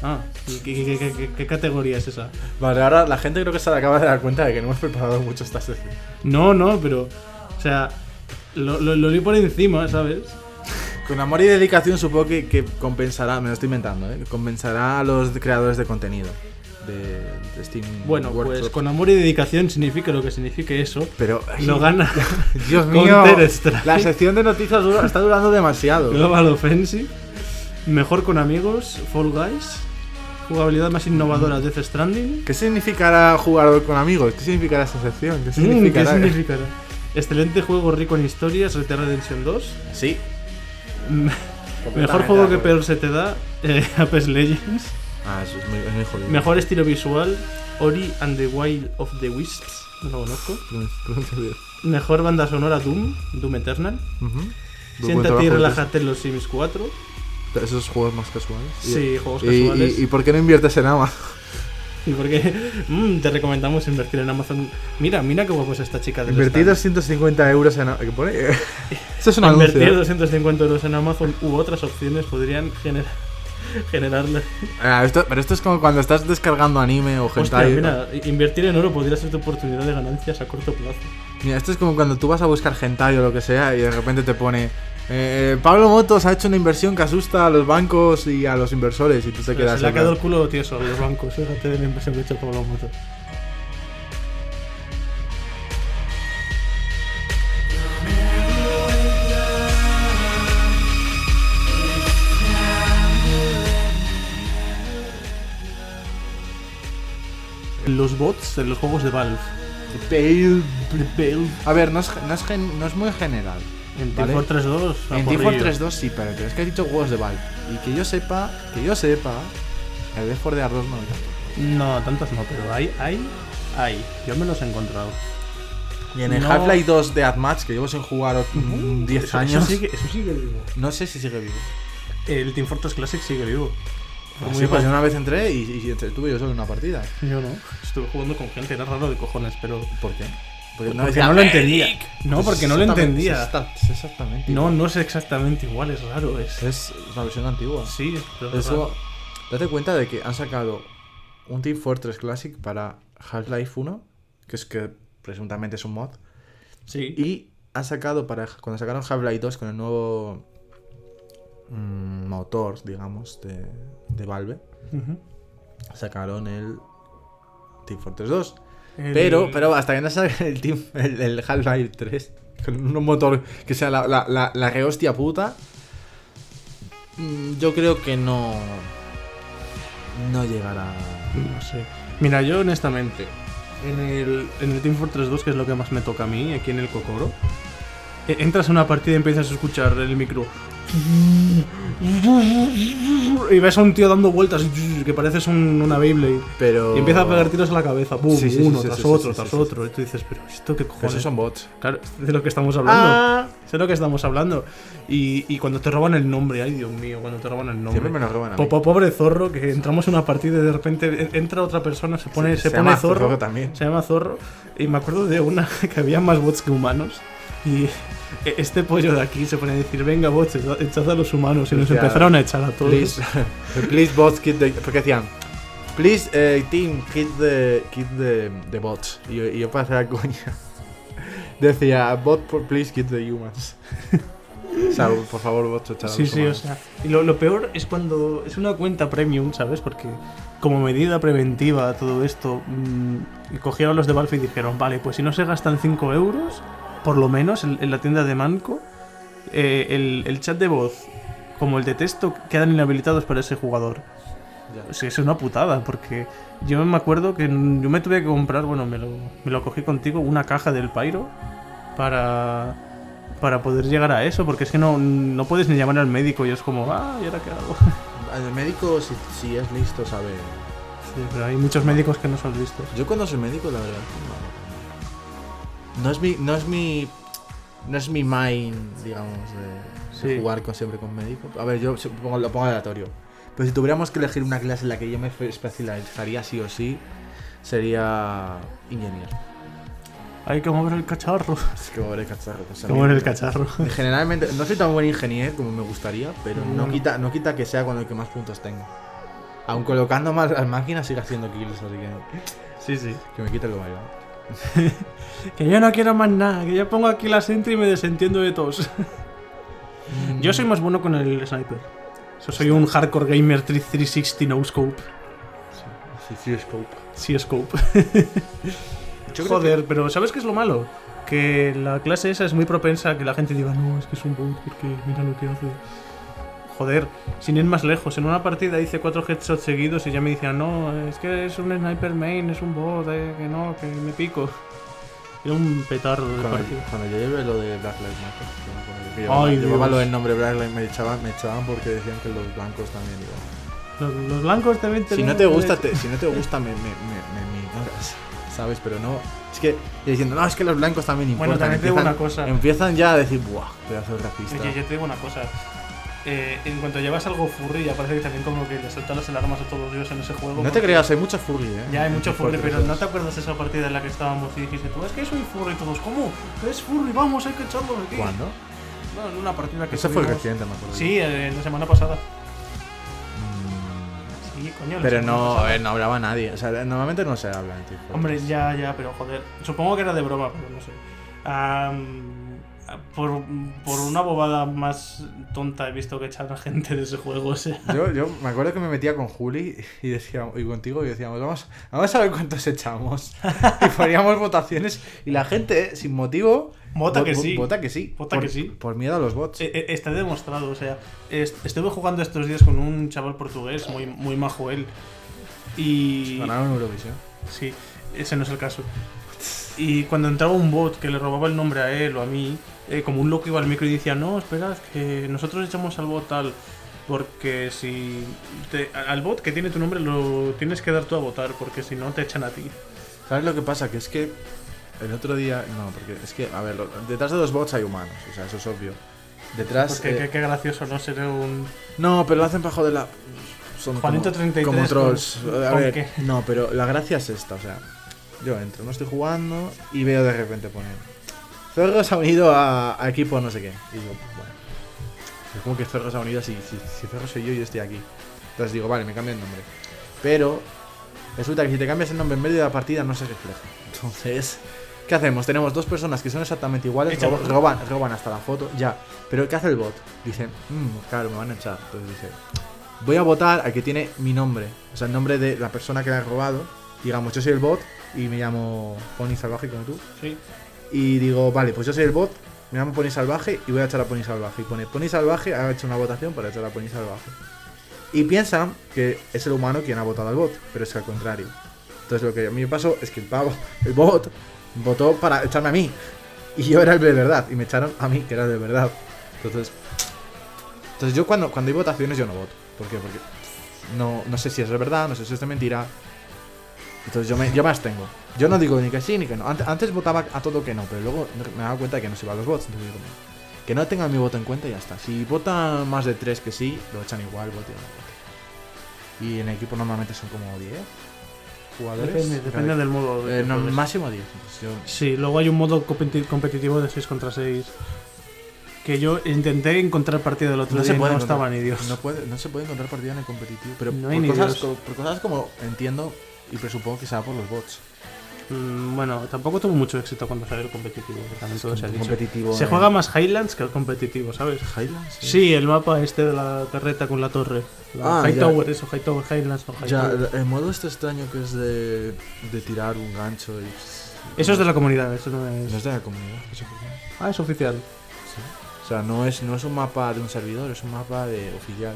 Ah, ¿y ¿qué, qué- qué- qué- qué categoría es esa? Vale, ahora la gente creo que se acaba de dar cuenta de que no hemos preparado mucho esta sección. No, no, pero. O sea, lo, lo, lo leí por encima, ¿sabes? Con amor y dedicación supongo que, que compensará, me lo estoy inventando, ¿eh? que compensará a los creadores de contenido de, de Steam. Bueno, Workshop. pues con amor y dedicación significa lo que signifique eso. Pero... Lo gana Dios mío. Counter-Strike. La sección de noticias dura- está durando demasiado. Global Offensive. Mejor con amigos, Fall Guys. Jugabilidad más Mm. innovadora, Death Stranding. ¿Qué significará jugador con amigos? ¿Qué significará esa sección? ¿Qué Mm, ¿Qué significará? significará? Excelente juego rico en historias, Red Dead Redemption 2. Sí. Mm, Mejor juego que peor se te da, eh, Apex Legends. Ah, eso es muy, es muy jodido. Mejor estilo visual, Ori and the Wild of the Wisps. No lo conozco. Mejor banda sonora, Doom, Doom Eternal. Ujú. Buen Siéntate y trabajo, relájate en los Sims 4. Esos juegos más casuales. Sí, juegos Y- y- casuales. ¿Y, por qué no inviertes en Amazon? Y porque mm, te recomendamos invertir en Amazon. Mira, mira qué guapo es esta chica. del Invertir stand. 250 euros en Amazon. ¿Qué pone? Eso es un anuncio. Invertir 250 euros en Amazon u otras opciones podrían generar generarle Ah, esto- pero esto es como cuando estás descargando anime o Hostia, hentai. mira, invertir en oro podría ser tu oportunidad de ganancias a corto plazo. Mira, esto es como cuando tú vas a buscar hentai o lo que sea y de repente te pone eh, Pablo Motos ha hecho una inversión que asusta a los bancos y a los inversores y tú te Pero quedas se le ha en quedado el plan, culo tieso a los bancos, fíjate de la impresión que he hecho por los motos. Los bots en los juegos de Valve. "Pale". Valve. A ver, no es, no es gen- no es muy general. En Team ¿vale? Fortress 2. a En Team porrillo. Fortress 2 sí, pero es que has dicho juegos de Valve. Y que yo sepa, que yo sepa, el Left 4 Dead 2 no hay tanto. No, tantos no, pero hay, hay, hay. Yo me los he encontrado. Y en el No. Half-Life 2 de Admatch, que llevo sin jugar mm, 10 Eso- años, Eso sigue, eso sigue vivo. no sé si sigue vivo. El Team Fortress Classic sigue vivo. Por Así muy pues pa- yo una vez entré y, y estuve yo solo en una partida. Yo no. Estuve jugando con gente, era raro de cojones, pero. ¿Por qué? Porque, "Eh". porque no Pues lo entendía. No, porque no lo Pues Exactamente, entendía. es esta- es exactamente. No, igual. no es exactamente igual, es raro. Es... Es es una versión antigua. Sí, pero es Eso, raro. date cuenta de que han sacado un Team Fortress Classic para Half-Life 1, que es que presuntamente es un mod, Sí. y han sacado para cuando sacaron Half-Life 2 con el nuevo mm, motor, digamos, de, de Valve, Ujú. sacaron el Team Fortress 2. El- Pero, pero hasta que no salga el, Team- el, el Half-Life 3 con un motor que sea la, la, la, la rehostia puta, mm, yo creo que no. No llegará. No sé. Mira, yo honestamente, en el, en el Team Fortress 2, que es lo que más me toca a mí, aquí en el Cocoro, e- entras a una partida y empiezas a escuchar el micro. Y ves a un tío dando vueltas que pareces un- una Beyblade. Pero. Pues Y empieza a pegar tiros a la cabeza, ¡pum! Sí, sí, sí, uno sí, tras sí, otro, sí, tras sí, sí, otro. Y tú dices, pero esto qué Pero esos cojones. son bots. Claro, es de lo que estamos ¿eh? hablando. Ah, Es de lo que estamos hablando. Y, y cuando te roban el nombre, ay Dios mío, cuando te roban el nombre. siempre me lo roban a mí. Po- po- Pobre zorro, que entramos en una partida y de repente en- entra otra persona, se pone, se pone llama zorro. también. Se llama zorro. Y me acuerdo de una que había más bots que humanos. Y e- este pollo de aquí se pone a decir, venga bots, echa- echad a los humanos. Y nos O sea, empezaron a echar a todos. Please, please bots kill the. Porque decían. Please, eh, team, kill the, kill the, the bots. Y yo, y yo pasé la coña. Decía, bot, por- please kill the humans. o sea, por favor, bots, echad a Sí, los sí, o humanos. sea. Y lo, lo peor es cuando es una cuenta premium, ¿sabes? Porque como medida preventiva a todo esto, mm, cogieron los de Valve y dijeron, vale, pues si no se gastan 5 euros, por lo menos en, en la tienda de Manco, eh, el, el chat de voz como el de texto quedan inhabilitados para ese jugador. O sea, eso es una putada, porque yo me acuerdo que n- yo me tuve que comprar, bueno, me lo, me lo cogí contigo, una caja del Pyro para, para poder llegar a eso, porque es que no, no puedes ni llamar al médico y es como, ah, ¿y ahora qué hago? El médico, si, si es listo, sabe. Sí, pero hay muchos médicos que no son listos. Yo cuando soy médico, la verdad. No, no es mi. No es mi. No es mi mind, digamos, de, de Sí. jugar con, siempre con médicos. A ver, yo se- pongo- lo pongo aleatorio. Pero si tuviéramos que elegir una clase en la que yo me espe- especializaría sí o sí, sería ingeniero. Hay que mover el cacharro. Así que mover el cacharro. pues, Hay que mover el también. cacharro. Generalmente, no soy tan buen ingeniero como me gustaría, pero no Mm. quita, no quita que sea con el que más puntos tengo. Aun colocando más las máquinas, sigue haciendo kills, así que, Sí, sí. que me quita el bailado. Que yo no quiero más nada, que yo pongo aquí la cinta y me desentiendo de todos. Yo soy más bueno con el sniper. Yo soy un hardcore gamer 360 no scope. Sí, sí, scope. Sí, scope. Yo creo Joder, pero ¿sabes qué es lo malo? Que la clase esa es muy propensa a que la gente diga, no, es que es un bot, porque mira lo que hace. Joder, sin ir más lejos, en una partida hice cuatro headshots seguidos y ya me decían, no, es que es un sniper main, es un bot, eh, que no, que me pico. Era un petardo de Cuando, partida. cuando yo llevé lo de Black Lives Matter, que me acuerdo que Ay, llevaba, llevaba Dios. lo del nombre Black Lives me echaban, me echaban porque decían que los blancos también iban. Los, los blancos también Si no tenemos te gusta, derecho. te- si no te gusta, me, me, me, me- me ignoras, ¿sabes? Pero no. Es que y diciendo, no, es que los blancos también Bueno, importan. también te digo empiezan, una cosa. Empiezan ya a decir, ¡buah! Pedazo de racista. Oye, yo te digo una cosa. Eh, en cuanto llevas algo furry, ya parece que también como que le saltan las alarmas a todos ellos en ese juego. no te creas, hay mucho furry, ¿eh? Ya hay mucho furry, pero fuertes. ¿no te acuerdas de esa partida en la que estábamos y dijiste tú, es que soy furry? Todos, ¿cómo? Es furry, vamos, hay que echarlo de aquí. ¿Cuándo? No, en una partida que Eso fue tuvimos. reciente, me acuerdo. Sí, eh, la semana pasada. Mm, Sí, coño. la Pero semana no, pasada. eh, no hablaba nadie. O sea, normalmente no se habla en ti. Hombre, ya, ya, pero joder. Supongo que era de broma, pero no sé. Am, por, por una bobada más tonta he visto que echar a gente de ese juego, o sea. Yo, yo me acuerdo que me metía con Juli y decía, y contigo y decíamos, vamos, vamos a ver cuántos echamos. Y poníamos votaciones y la gente, eh, sin motivo, Vota vo- que vo- sí. Vota que sí. Vota por, que sí. Por miedo a los bots. Eh, eh, Está demostrado, o sea, est- estuve jugando estos días con un chaval portugués, muy, muy majo él, y... Ganaron Eurovisión. Sí, ese no es el caso. Y cuando entraba un bot que le robaba el nombre a él o a mí, eh, como un loco iba al micro y decía, no, esperad, que nosotros echamos al bot tal, porque si... te- al bot que tiene tu nombre lo tienes que dar tú a votar, porque si no te echan a ti. ¿Sabes lo que pasa? Que es que el otro día. No, porque es que, a ver, lo- detrás de los bots hay humanos, o sea, eso es obvio. Detrás. Porque eh, qué, qué gracioso no ser un. No, pero lo hacen bajo de la. Son Juanito como, 33 como trolls. con- a ¿con ver, qué? no, pero la gracia es esta, o sea, yo entro, no estoy jugando y veo de repente poner. Zorro se ha unido a, a equipo no sé qué. Y digo, bueno. Es como que Zorro se ha unido si, si, si Zorro soy yo y yo estoy aquí. Entonces digo, vale, me cambio el nombre. Pero resulta que si te cambias el nombre en medio de la partida no se refleja. Entonces, ¿qué hacemos? Tenemos dos personas que son exactamente iguales, Echamos- robo- roban, roban hasta la foto, ya. Pero ¿qué hace el bot? Dice, "Mm, claro, me van a echar. Entonces dice, voy a votar al que tiene mi nombre, o sea, el nombre de la persona que la ha robado. Digamos, yo soy el bot y me llamo Pony Salvaje como tú. Sí. Y digo, vale, pues yo soy el bot, me llamo Pony Salvaje y voy a echar a Pony Salvaje. Y pone Pony Salvaje, ha hecho una votación para echar a Pony Salvaje. Y piensan que es el humano quien ha votado al bot, pero es al contrario. Entonces lo que a mí me pasó es que el pavo, el bot, votó para echarme a mí. Y yo era el de verdad, y me echaron a mí, que era el de verdad. Entonces, entonces yo cuando, cuando hay votaciones yo no voto. ¿Por qué? Porque no, no sé si es de verdad, no sé si es de mentira. Entonces yo me, yo me abstengo. Yo no digo ni que sí ni que no. Ante- Antes, votaba a todo que no, pero luego me daba cuenta que no se iban los votos. Entonces digo, que no tengan mi voto en cuenta y ya está. Si votan más de tres que sí, lo echan igual, voto y no voto. Y en el equipo normalmente son como 10 jugadores. Depende, depende del modo. de Eh, no, juegues. máximo 10. Entonces yo- Sí, luego hay un modo competi- competitivo de 6 contra 6. Que yo intenté encontrar partido del otro No día se y puede no encontrar. estaba ni Dios. No, puede, no se puede encontrar partida en el competitivo. Pero No hay ni por, cosas, Dios. co- por cosas como entiendo y presupongo que sea por los bots. Mm, bueno, tampoco tuvo mucho éxito cuando salió el competitivo. que también todo se ha dicho. competitivo, Se eh. juega más Highlands que el competitivo, ¿sabes? Highlands. Sí. el mapa este de la carreta con la torre. La Ah, Hightower, eso, Hightower, Highlands, no Ya, Hightower. el- el modo este extraño que es de, de tirar un gancho y. Eso es de la comunidad, eso no es. No es de la comunidad. eso por qué. Ah, es oficial. O sea, no es, no es un mapa de un servidor, es un mapa de oficial.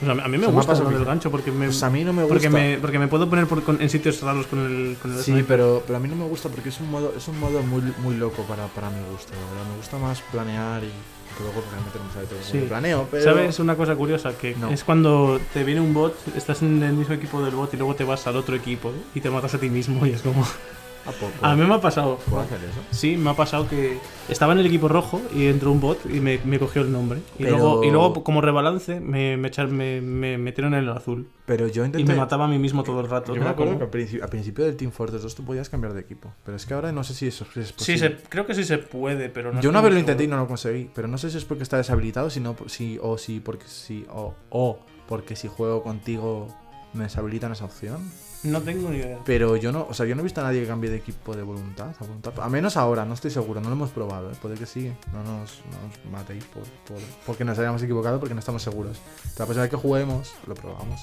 O sea, a mí me Son gusta mapas lo del oficiales. gancho porque me. Pues a mí no me gusta. porque me, porque me puedo poner por- con- en sitios raros con el, con el Sí, sniper. pero, pero a mí no me gusta porque es un modo, es un modo muy, muy loco para, para mi gusto, la verdad. Me gusta más planear y que luego realmente no me sale todo como Sí. yo planeo, pero. ¿Sabes una cosa curiosa? Que No. es cuando te viene un bot, estás en el mismo equipo del bot y luego te vas al otro equipo y te matas a ti mismo y es como... ¿A poco? A mí me ha pasado. ¿Puedo hacer eso? Sí, me ha pasado que estaba en el equipo rojo y entró un bot y me, me cogió el nombre. Y, Pero- luego, y luego, como rebalance, me, me, echar- me- me metieron en el azul. Pero yo intenté. Y me mataba a mí mismo todo el rato. Yo me Era acuerdo que como- al principio, al principio del Team Fortress 2 tú podías cambiar de equipo. Pero es que ahora no sé si eso es posible. Sí, se- creo que sí se puede, pero no Yo estoy una vez lo muy intenté y seguro. no lo conseguí, pero no sé si es porque está deshabilitado, si no, por- si, o si porque si, o, o porque si juego contigo me deshabilitan esa opción. No tengo ni idea. Pero yo no, o sea, yo no he visto a nadie que cambie de equipo de voluntad, a voluntad. A menos ahora, no estoy seguro, no lo hemos probado, ¿eh? puede que sí, no nos, no nos matéis por, por- porque nos hayamos equivocado, porque no estamos seguros. La próxima vez que juguemos, lo probamos.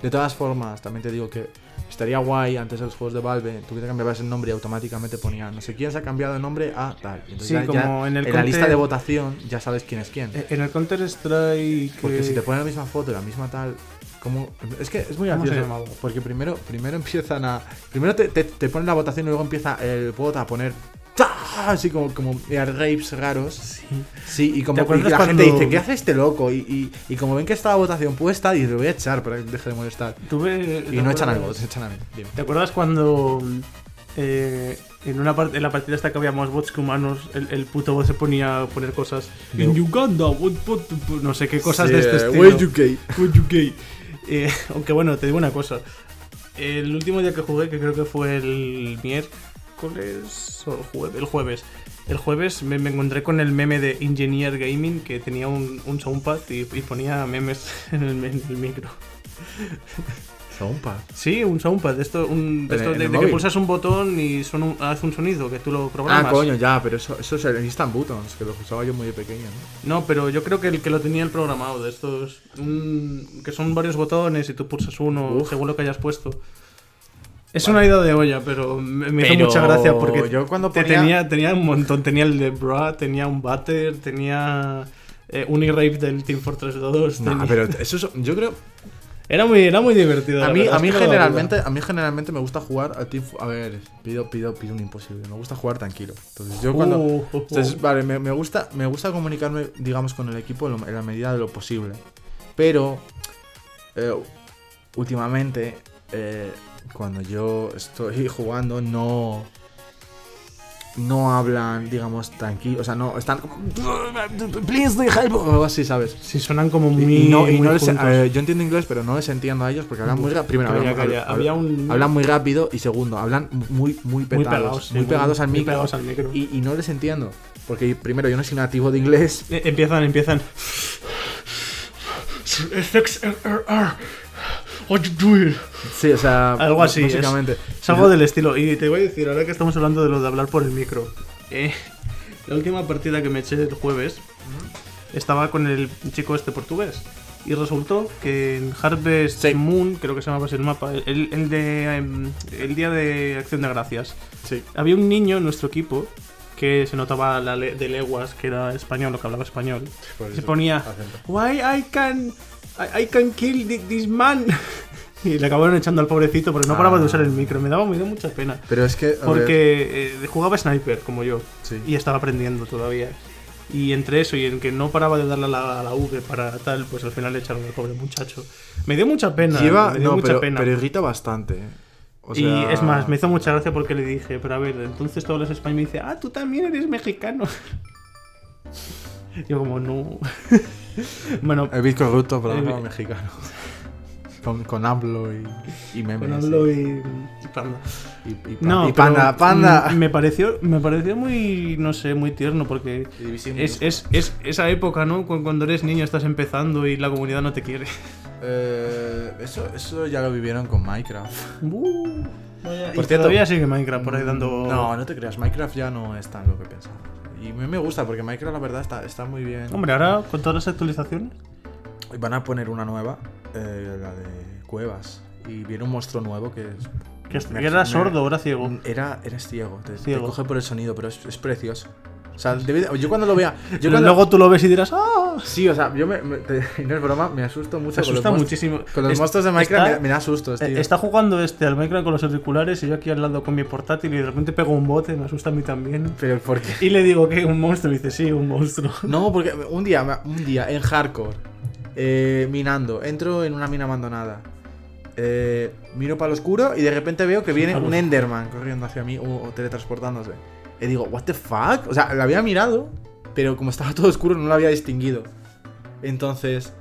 De todas formas, también te digo que estaría guay antes de los juegos de Valve, tú que te cambiabas el nombre y automáticamente ponía, no sé quién se ha cambiado el nombre a tal. Entonces Sí, ya- ya como en el la lista Counter- de votación ya sabes quién es quién. En el Counter Strike... Eh, Porque si te ponen la misma foto y la misma tal. Como, es que es muy ¿Cómo se gracioso. llamaba? Porque primero, primero empiezan a. Primero te, te- te ponen la votación y luego empieza el bot a poner. ¡ta! Así como, como mira, rapes raros. Sí. Sí, y como ¿Te y acuerdas la cuando- gente dice, ¿qué hace este loco? Y, y- y como ven que está la votación puesta, dice, lo voy a echar para que deje de molestar. Tuve... Y no echan al bot, echan a mí. Dime. ¿Te acuerdas cuando eh, en una parte en la partida esta que había más bots que humanos, el, el puto bot se ponía a poner cosas Yo. en Uganda, bot, bot, bot", no sé qué cosas de este Sí, eh, estilo. Where UK. With UK. Eh, aunque bueno, te digo una cosa. El último día que jugué, que creo que fue el miércoles o el jueves, el jueves. El jueves me, me encontré con el meme de Engineer Gaming que tenía un, un soundpad y, y ponía memes en el, en el micro. Zompa. Sí, un soundpad, de esto, un, de ¿En esto el de- de que móvil? pulsas un botón y son un- hace un sonido que tú lo programas. Ah, coño, ya, pero eso, eso es el Instant Buttons, que lo usaba yo muy de pequeño, ¿no? No, pero yo creo que el que lo tenía el programado, de estos un- que son varios botones y tú pulsas uno Uf. según lo que hayas puesto. Es una ida de olla, pero me, me hizo Pero mucha gracia porque yo cuando te ponía- tenía, tenía un montón. Tenía el de Bra, tenía un Butter, tenía eh, un E-Rape del Team Fortress 2. Nah, tenía- pero eso es- yo creo, era, muy, era muy divertido. A la mí, verdad a es mí que lo- generalmente, a mí generalmente me gusta jugar a Team Fu- A ver, pido, pido, pido un imposible. Me gusta jugar tranquilo. Entonces yo cuando. Uh, uh, uh. Entonces, vale, me, me gusta, me gusta comunicarme, digamos, con el equipo en, lo- en la medida de lo posible. Pero eh, últimamente, eh, cuando yo estoy jugando, no. no hablan, digamos, tranquilo, o sea, no están como please do you help o algo así, ¿sabes? Si sonan como Y muy. no, y muy no les- juntos. eh, yo entiendo inglés, pero no les entiendo a ellos porque hablan muy rápido. Primero, Calla, hablan, calla. hablan- Había un- hablan muy rápido y segundo, hablan muy, muy petados. Muy pegados, pegados, sí, muy- al muy micro. pegados al micro. Y, y no les entiendo. Porque primero, yo no soy nativo de inglés. Eh, empiezan, empiezan. What you doing? Sí, o sea, Algo así, es- Básicamente. Es algo del estilo. Y te voy a decir, ahora que estamos hablando de lo de hablar por el micro. eh, la última partida que me eché el jueves estaba con el chico este portugués. Y resultó que en Harvest Sí. Moon, creo que se llamaba así el mapa, el, el de, em, el día de Acción de Gracias, Sí. había un niño en nuestro equipo que se notaba la le- de leguas que era español o que hablaba español. por se eso, ponía, acento. why I can, I, I can kill thi- this man. Y le acabaron echando al pobrecito porque no paraba de usar el micro. Me daba, me dio mucha pena. Pero es que. Ah. a ver, Porque eh, jugaba sniper, como yo, Sí. y estaba aprendiendo todavía. Y entre eso y en que no paraba de darle a la, a la V para tal, pues al final le echaron al pobre muchacho. Me dio mucha pena. lleva- me dio no, mucha pero, pena. pero irrita bastante. eh. O sea, Y es más, me hizo mucha gracia porque le dije, pero a ver, entonces todos los españoles me dice, ah, tú también eres mexicano. Yo como, no. bueno, El bit corrupto, pero Eh, no mexicano. Con, con AMLO y, y memes. con Aldo y, y, y Panda. y, y pan- No, y panda, pero, panda. mm, Me pareció, me pareció muy, no sé, muy tierno porque Y división es, es, es esa época, ¿no? Cu- Cuando eres niño estás empezando y la comunidad no te quiere. Eh, eso, eso ya lo vivieron con Minecraft. Uh, vaya- Por y cierto- todavía sigue Minecraft por ahí dando... No, no te creas, Minecraft ya no es tan lo que pensaba. Y a mí me gusta porque Minecraft la verdad está, está muy bien. Hombre, ahora con todas las actualizaciones... Van a poner una nueva, eh, la de cuevas. Y viene un monstruo nuevo que es... Que est- me- que era me- sordo, ahora ciego. Era, eres ciego, te, te Ciego. coge por el sonido, pero es, es precioso. O sea, debe- yo cuando lo vea... Yo Pero cuando- Luego tú lo ves y dirás, ¡ah! Sí, o sea, yo me, me- te- no es broma, me asusto Se mucho. con los asusta monst- muchísimo. Con los Es- monstruos de Minecraft está- me, me da sustos, tío. eh, Está jugando este al Minecraft con los auriculares y yo aquí al lado con mi portátil y de repente pego un bote, me asusta a mí también. Pero ¿por qué? Y le digo que un monstruo, y dice, sí, un monstruo. No, porque un día, un día en hardcore, eh, minando, entro en una mina abandonada, eh, miro para lo oscuro y de repente veo que viene Palo un oscuro. Enderman corriendo hacia mí o, o teletransportándose. Y digo, ¿What the fuck? O sea, la había mirado, pero como estaba todo oscuro no lo había distinguido. Entonces,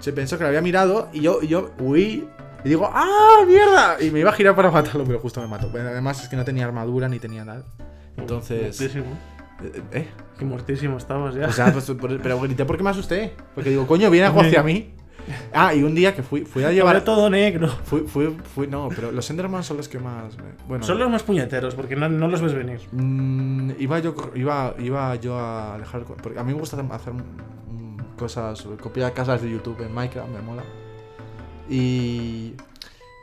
se pensó que la había mirado y yo, y yo huí. Y digo, ¡ah, mierda! Y me iba a girar para matarlo, pero justo me mató. Pero Además, es que no tenía armadura ni tenía nada. Entonces. eh, Mortísimo. ¿Eh? Qué mortísimo estabas ya. O sea, pues, por- pero grité porque me asusté. Porque digo, coño, viene algo hacia mí. Ah, y un día que fui, fui a Llevaré llevar. todo negro. Fui, fui, fui, no, pero los Enderman son los que más. me- Bueno. Son los más puñeteros porque no, no los ves venir. Mm, iba, yo, cor- iba, iba yo a alejar. co- Porque a mí me gusta hacer mm, cosas. Copiar casas de YouTube en Minecraft, me mola. Y.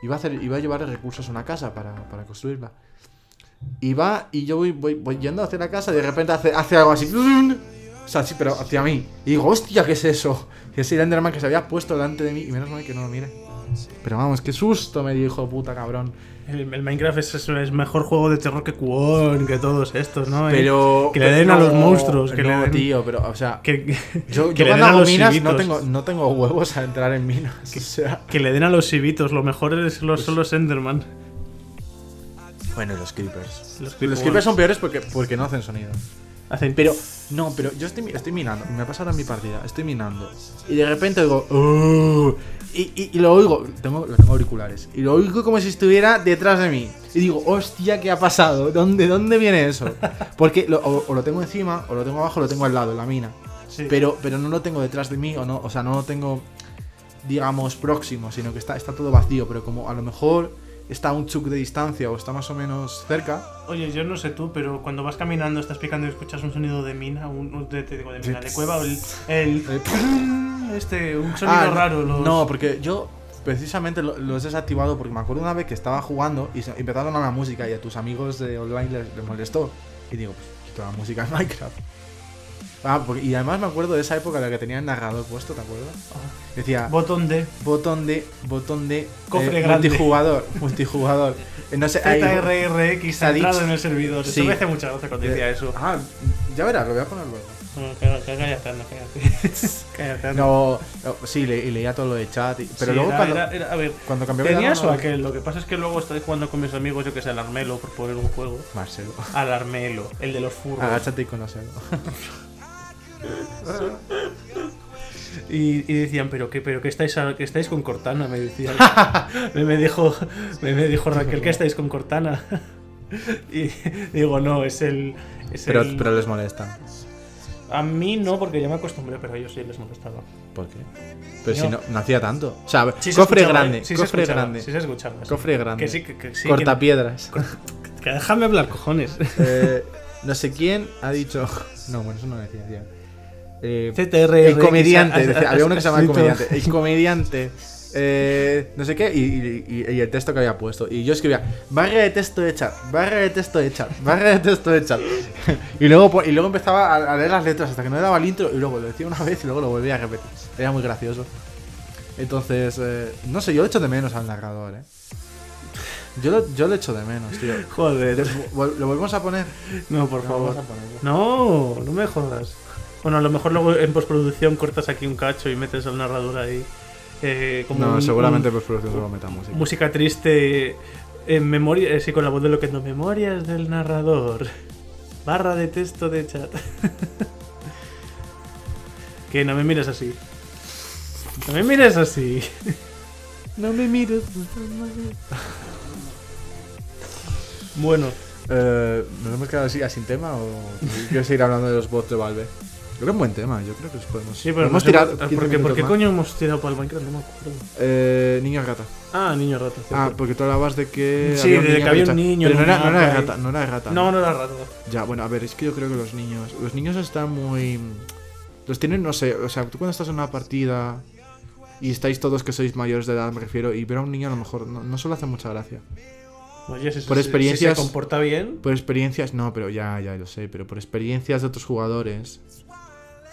Iba a, hacer, iba a llevar recursos a una casa para, para construirla. Y va, y yo voy, voy, voy yendo hacia la casa y de repente hace, hace algo así. O sea, sí, pero hacia mí. Y digo, hostia, ¿qué es eso? Y es el Enderman que se había puesto delante de mí. Y menos mal que no lo mire. Pero vamos, qué susto me dijo, puta cabrón. El, el Minecraft es, es el mejor juego de terror que Cuón, que todos estos, ¿no? Y Pero. Que le den a los monstruos, que le no, den- tío, pero, o sea. Que, Yo, que le yo den cuando a hago los minas no chivitos. tengo, no tengo huevos a entrar en minas. O sea. que le den a los sibitos, lo mejor es Pues los, son los Enderman. Bueno, los creepers. Los Los creepers son peores porque, porque no hacen sonido. Hacen Pero, no, pero yo estoy, mi- estoy minando. Me ha pasado en mi partida. Estoy minando. Y de repente digo. "Oh", y, y- y lo oigo. Tengo, lo tengo auriculares. Y lo oigo como si estuviera detrás de mí. Y digo, hostia, ¿qué ha pasado? ¿Dónde, dónde viene eso? Porque lo- o, o lo tengo encima, o lo tengo abajo, o lo tengo al lado, en la mina. Sí. pero, pero no lo tengo detrás de mí, o, no, o sea, no lo tengo, digamos, próximo, sino que está, está todo vacío, pero como a lo mejor está a un chuk de distancia o está más o menos cerca, Oye, yo no sé tú, pero cuando vas caminando, estás picando y escuchas un sonido de mina, un, un- de, te digo, de mina, de cueva, o el, el- Eh, este, un sonido Ah, no, raro. los- No, porque yo precisamente lo, lo he desactivado porque me acuerdo una vez que estaba jugando y se- empezó a sonar la música y a tus amigos de online les, les molestó. Y digo, pues quito la música en Minecraft. Ah, porque- y además me acuerdo de esa época en la que tenía el narrador puesto, ¿te acuerdas? Ah, Decía, Botón de botón de botón de eh, Cofre grande. multijugador multijugador Eh, no sé ahí- ZRRX Sadix. entrado en el servidor. Sí. Eso me hace mucha gracia cuando Eh, decía eso. ah ya verás lo voy a poner luego Bueno, cá- cá- cállate, anda, cállate. cállate, anda. No, no, sí, le, y leía todo lo de chat. y- pero Sí, luego era- cuando, era- era- a ver, cuando cambió tenía verano, su aquel. Lo que pasa es que luego estoy jugando con mis amigos, yo que sé, al Armelo, por poner un juego. Marcelo. Al Armelo, el de los furros. Agáchate y conócelo. Y, y decían, pero qué, pero qué estáis, a- que estáis con Cortana, me decían. me, me dijo, me, me dijo Raquel que estáis con Cortana. y digo, no, es el. es Pero, el- pero les molesta. A mí no, porque ya me acostumbré, pero a ellos sí les molestaba. ¿Por qué? Pero si No. no, no hacía tanto. O sea, Sí se cofre escuchaba, grande, ¿eh? Sí se cofre escuchaba, grande. Sí se escuchaba. sí. Cofre grande. Que sí, que, que sí. Cortapiedras. que- que déjame hablar, cojones. Eh, no sé quién ha dicho. No, bueno, eso no decía, tío. Eh, CTR. el comediante. decía- había uno que se llamaba el comediante. El comediante. eh, no sé qué, y, y- y- y el texto que había puesto. Y yo escribía barra de texto de chat, barra de texto de chat, barra de texto de chat. y, luego, po- y luego empezaba a, a leer las letras hasta que no le daba el intro. Y luego lo decía una vez y luego lo volvía a repetir. Era muy gracioso. Entonces, eh, no sé, yo lo echo de menos al narrador, eh. Yo lo, yo lo echo de menos, tío. Joder. Vol- Lo volvemos a poner. No, por Lo favor. volvemos a poner. No, no me jodas. Bueno, a lo mejor luego en postproducción cortas aquí un cacho y metes al narrador ahí. eh, como No, un- seguramente un- por producción solo meta música. música triste en memoria, eh, sí, con la voz de lo que no memorias del narrador. Barra de texto de chat. que no me mires así. No me mires así. No me mires. Bueno, Eh, ¿Nos hemos quedado así, sin tema o quieres seguir hablando de los bots de Valve? Creo que es un buen tema, yo creo que los podemos. sí, pero podemos no sé tirar por- 15 ¿por qué, por minutos qué más. coño hemos tirado para el Minecraft? No me acuerdo. Eh, niño rata. Ah, niño rato. cierto. Ah, porque tú hablabas de que. Sí, de que había un rata. niño Pero no en era, una no era mata ahí. rata, no era rata. no, no era rato. Ya, bueno, a ver, es que yo creo que los niños. Los niños están muy. Los tienen, no sé, o sea, tú cuando estás en una partida y estáis todos que sois mayores de edad, me refiero, y ver a un niño a lo mejor no, no solo hace mucha gracia. Oye, si, si- Por si- experiencias- si se comporta bien. Por experiencias, no, pero ya, ya lo sé, pero por experiencias de otros jugadores,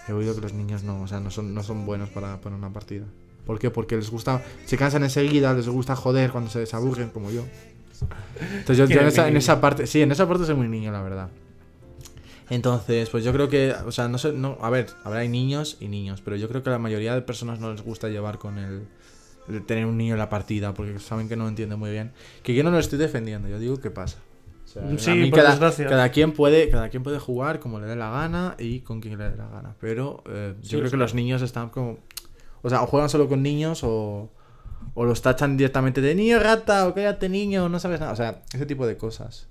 he oído que los niños no, o sea, no son, no son buenos para, para una partida. ¿Por qué? Porque les gusta, se cansan enseguida, les gusta joder cuando se desaburren, como yo. Entonces yo, yo en, Eres esa, muy en niño. esa parte, sí, en esa parte soy muy niño, la verdad. Entonces, pues yo creo que, o sea, no sé, no, a ver, habrá niños y niños, pero yo creo que a la mayoría de personas no les gusta llevar con el, el tener un niño en la partida, porque saben que no lo entiende muy bien. Que yo no lo estoy defendiendo, yo digo que pasa. O sea, Sí, a mí por cada, desgracia. cada quien puede, cada quien puede jugar como le dé la gana y con quien le dé la gana. Pero eh, yo Sí, creo los- que los niños están como, o sea, o juegan solo con niños o, o los tachan directamente de niño rata o cállate niño, no sabes nada. O sea, ese tipo de cosas.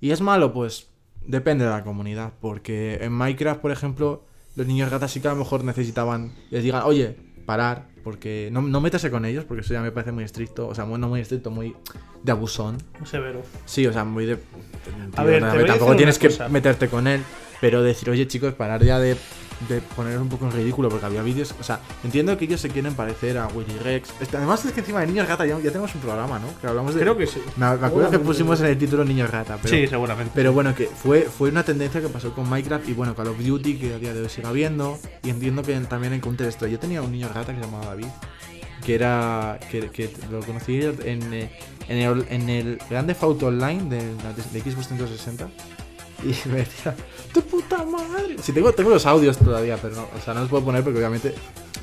¿Y es malo? Pues depende de la comunidad. Porque en Minecraft, por ejemplo, los niños ratas sí que a lo mejor necesitaban. Les digan, oye, parar. Porque no, no métase con ellos, porque eso ya me parece muy estricto. O sea, muy, no muy estricto, muy de abusón. Muy severo. Sí, o sea, muy de. A ver, te voy a decir tampoco una tienes que cosa. meterte con él, pero decir, oye chicos, parar ya de, de poner un poco en ridículo, porque había vídeos. O sea, entiendo que ellos se quieren parecer a Willy Rex. Este- Además, es que encima de niños rata ya, ya tenemos un programa, ¿no? Que hablamos de. Creo que sí. Me, me acuerdo que pusimos en el título Niños Rata, pero. Sí, seguramente. Pero bueno, que fue, fue una tendencia que pasó con Minecraft y bueno, Call of Duty, que a día de hoy sigue habiendo. Y entiendo que en- también en Counter Strike. Yo tenía un niño rata que se llamaba David, que era. que, que lo conocí en, eh, en el, en el Grande Fauto Online de, la- de Xbox 360. Y me decía, ¡tu puta madre! Si tengo, tengo los audios todavía, pero no, o sea, no los puedo poner porque obviamente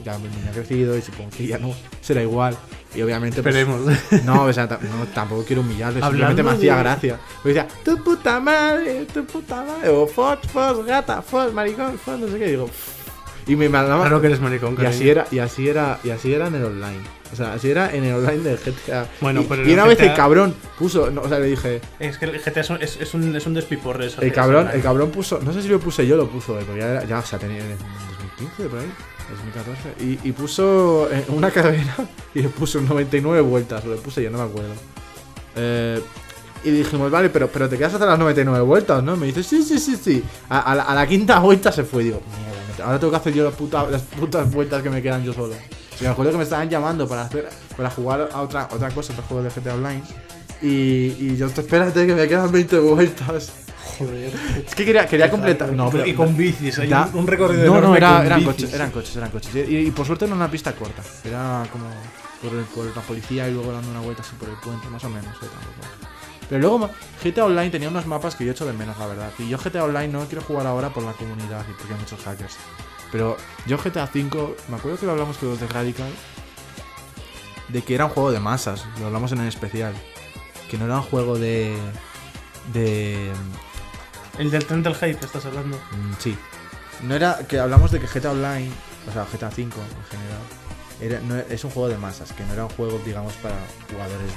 ya mi niño ha crecido y supongo que ya no será igual. Y obviamente. pues, Esperemos. no, o sea, ta- no, tampoco quiero humillarle, simplemente Hablando me hacía de- gracia. Me decía, tu puta madre, tu puta madre, o Fox, Fox, gata, Fox, maricón, Fox, no sé qué, digo. "Pff". Y me mandaba. Claro que eres maricón, y cariño. así era, y así era, y así era en el online. O sea, así era en el online del GTA. Bueno, y, pero y en una el vez el GTA cabrón puso, no, o sea, le dije, Es que el GTA es un, es, es un, es un despiporre. eso- el eso, ¿eh? cabrón, ¿verdad? el cabrón puso, no sé si lo puse yo, lo puso, eh, porque ya, era- ya o sea, tenía en 2015 por ahí, 2014, y, y puso eh, una carrera y le puso 99 vueltas, lo puse yo, no me acuerdo. Eh, y dijimos, vale, pero, pero te quedas hasta las 99 vueltas, ¿no? Me dice, sí, sí, sí, sí. A, a la, a la quinta vuelta se fue, digo, mierda, me- ahora tengo que hacer yo las, puta- las putas vueltas que me quedan yo solo. Y me acuerdo que me estaban llamando para hacer para jugar a otra, otra cosa, otro juego de GTA Online. Y, y yo, espérate que me quedan 20 vueltas. Joder. Es que quería, quería completar. No, pero. y con bicis. Hay da- un, un recorrido No, no, enorme era- con eran bicis. coches, eran coches, eran coches. Y, y por suerte no era una pista corta. Era como por, el- por la policía y luego dando una vuelta así por el puente, más o menos. eh, tampoco. Pero luego ma- GTA Online tenía unos mapas que yo echo de menos, la verdad. Y yo GTA Online no quiero jugar ahora por la comunidad y porque hay muchos hackers. Pero yo GTA V, me acuerdo que lo hablamos con los de Radical, de que era un juego de masas, lo hablamos en el especial. Que no era un juego de... de... El del tren del hype, estás hablando. Mm, sí. No era que hablamos de que GTA Online, o sea, GTA 5 en general, era, no, es un juego de masas, que no era un juego, digamos, para jugadores.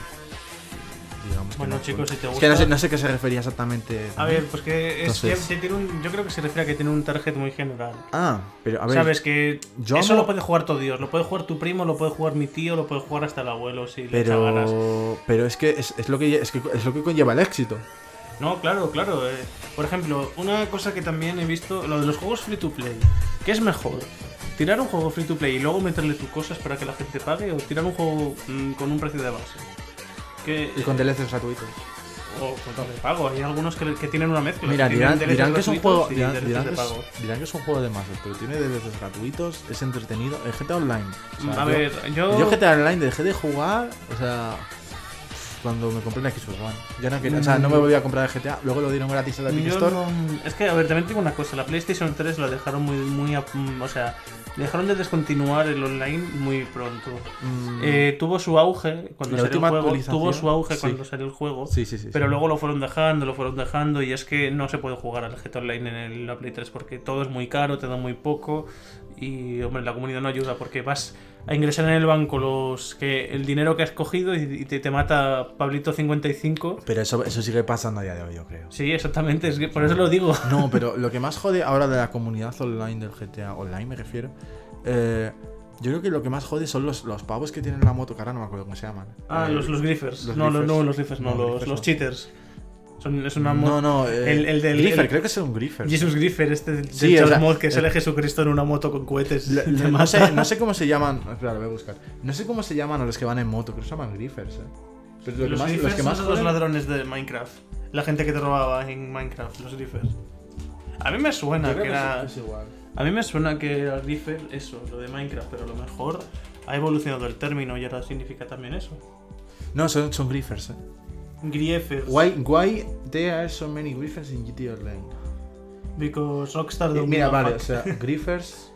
Digamos, que Bueno, no- chicos, si te Es que no sé, gusta- no sé qué se refería exactamente. A ver, pues que es, Entonces- ya- ya tiene un- yo creo que se refiere a que tiene un target muy general. Ah, pero a ver. Sabes que yo eso amo- lo puede jugar todo Dios, lo puede jugar tu primo, lo puede jugar mi tío, lo puede jugar hasta el abuelo si le echa ganas. Pero, pero es que es, es lo que es, que es lo que conlleva el éxito. No, claro, claro. eh. Por ejemplo, una cosa que también he visto, lo de los juegos free to play. ¿Qué es mejor? ¿Tirar un juego free to play y luego meterle tus cosas para que la gente pague? ¿O tirar un juego mm, con un precio de base? Que, Y con DLCs gratuitos. o con todo de pago. Hay algunos que, que tienen una mezcla. Mira, tienen dirán, DLCs dirán que es un gratuitos juego. y Dirán, DLCs dirán de que pago. es, dirán que es un juego de masas, pero tiene DLCs gratuitos, es entretenido. El GTA Online. o sea, a yo- ver, yo... Yo GTA Online dejé de jugar, o sea, cuando me compré la Xbox One. Ya no quería, o sea, no me volví a comprar el GTA, luego lo dieron gratis en la Epic Mm. Yo Store. no- Es que, a ver, también tengo una cosa. La PlayStation 3 la dejaron muy, muy... a- mm, O sea, dejaron de descontinuar el online muy pronto. Mm, Eh, tuvo su auge cuando La salió última el juego. actualización, Tuvo su auge sí. cuando salió el juego. sí, sí, sí. Pero sí. luego lo fueron dejando, lo fueron dejando. Y es que no se puede jugar al GTA Online en el- la Play 3 porque todo es muy caro, te da muy poco. Y, hombre, la comunidad no ayuda porque vas a ingresar en el banco los que el dinero que has cogido y, y te, te mata Pablito55. Pero eso, eso sigue pasando a día de hoy, yo creo. Sí, exactamente, es que por eso lo digo. No, pero lo que más jode ahora de la comunidad online del GTA Online, me refiero. eh, yo creo que lo que más jode son los, los pavos que tienen la moto, que ahora no me acuerdo cómo se llaman. Ah, Eh, los, los griffers. los no, los- griffers. no, los griffers, no, No, los, griffers los no. cheaters. Son, es una No, moto. no, eh, El- el del- Griffer, el- creo que es un Griffer. Jesus Griffer, este del Sí, Charles o sea, Mod que sale eh, Jesucristo en una moto con cohetes. Le- y le- te no, mata. sé, no sé cómo se llaman. Espera, lo voy a buscar. No sé cómo se llaman a los que van en moto, creo que se llaman griffers, eh. Pero lo que los más- griffers los que más son los joden- ladrones de Minecraft. La gente que te robaba en Minecraft, los griffers. A mí me Yo suena creo que que era. es- es igual. A mí me suena que era griffer, eso, lo de Minecraft, pero a lo mejor ha evolucionado el término y ahora significa también eso. No, son, son griffers, eh. Griefers. Why, why there are so many griffers in GT Online? Because Rockstar Eh, don't Mira, give a vale, o fuck. sea, griffers.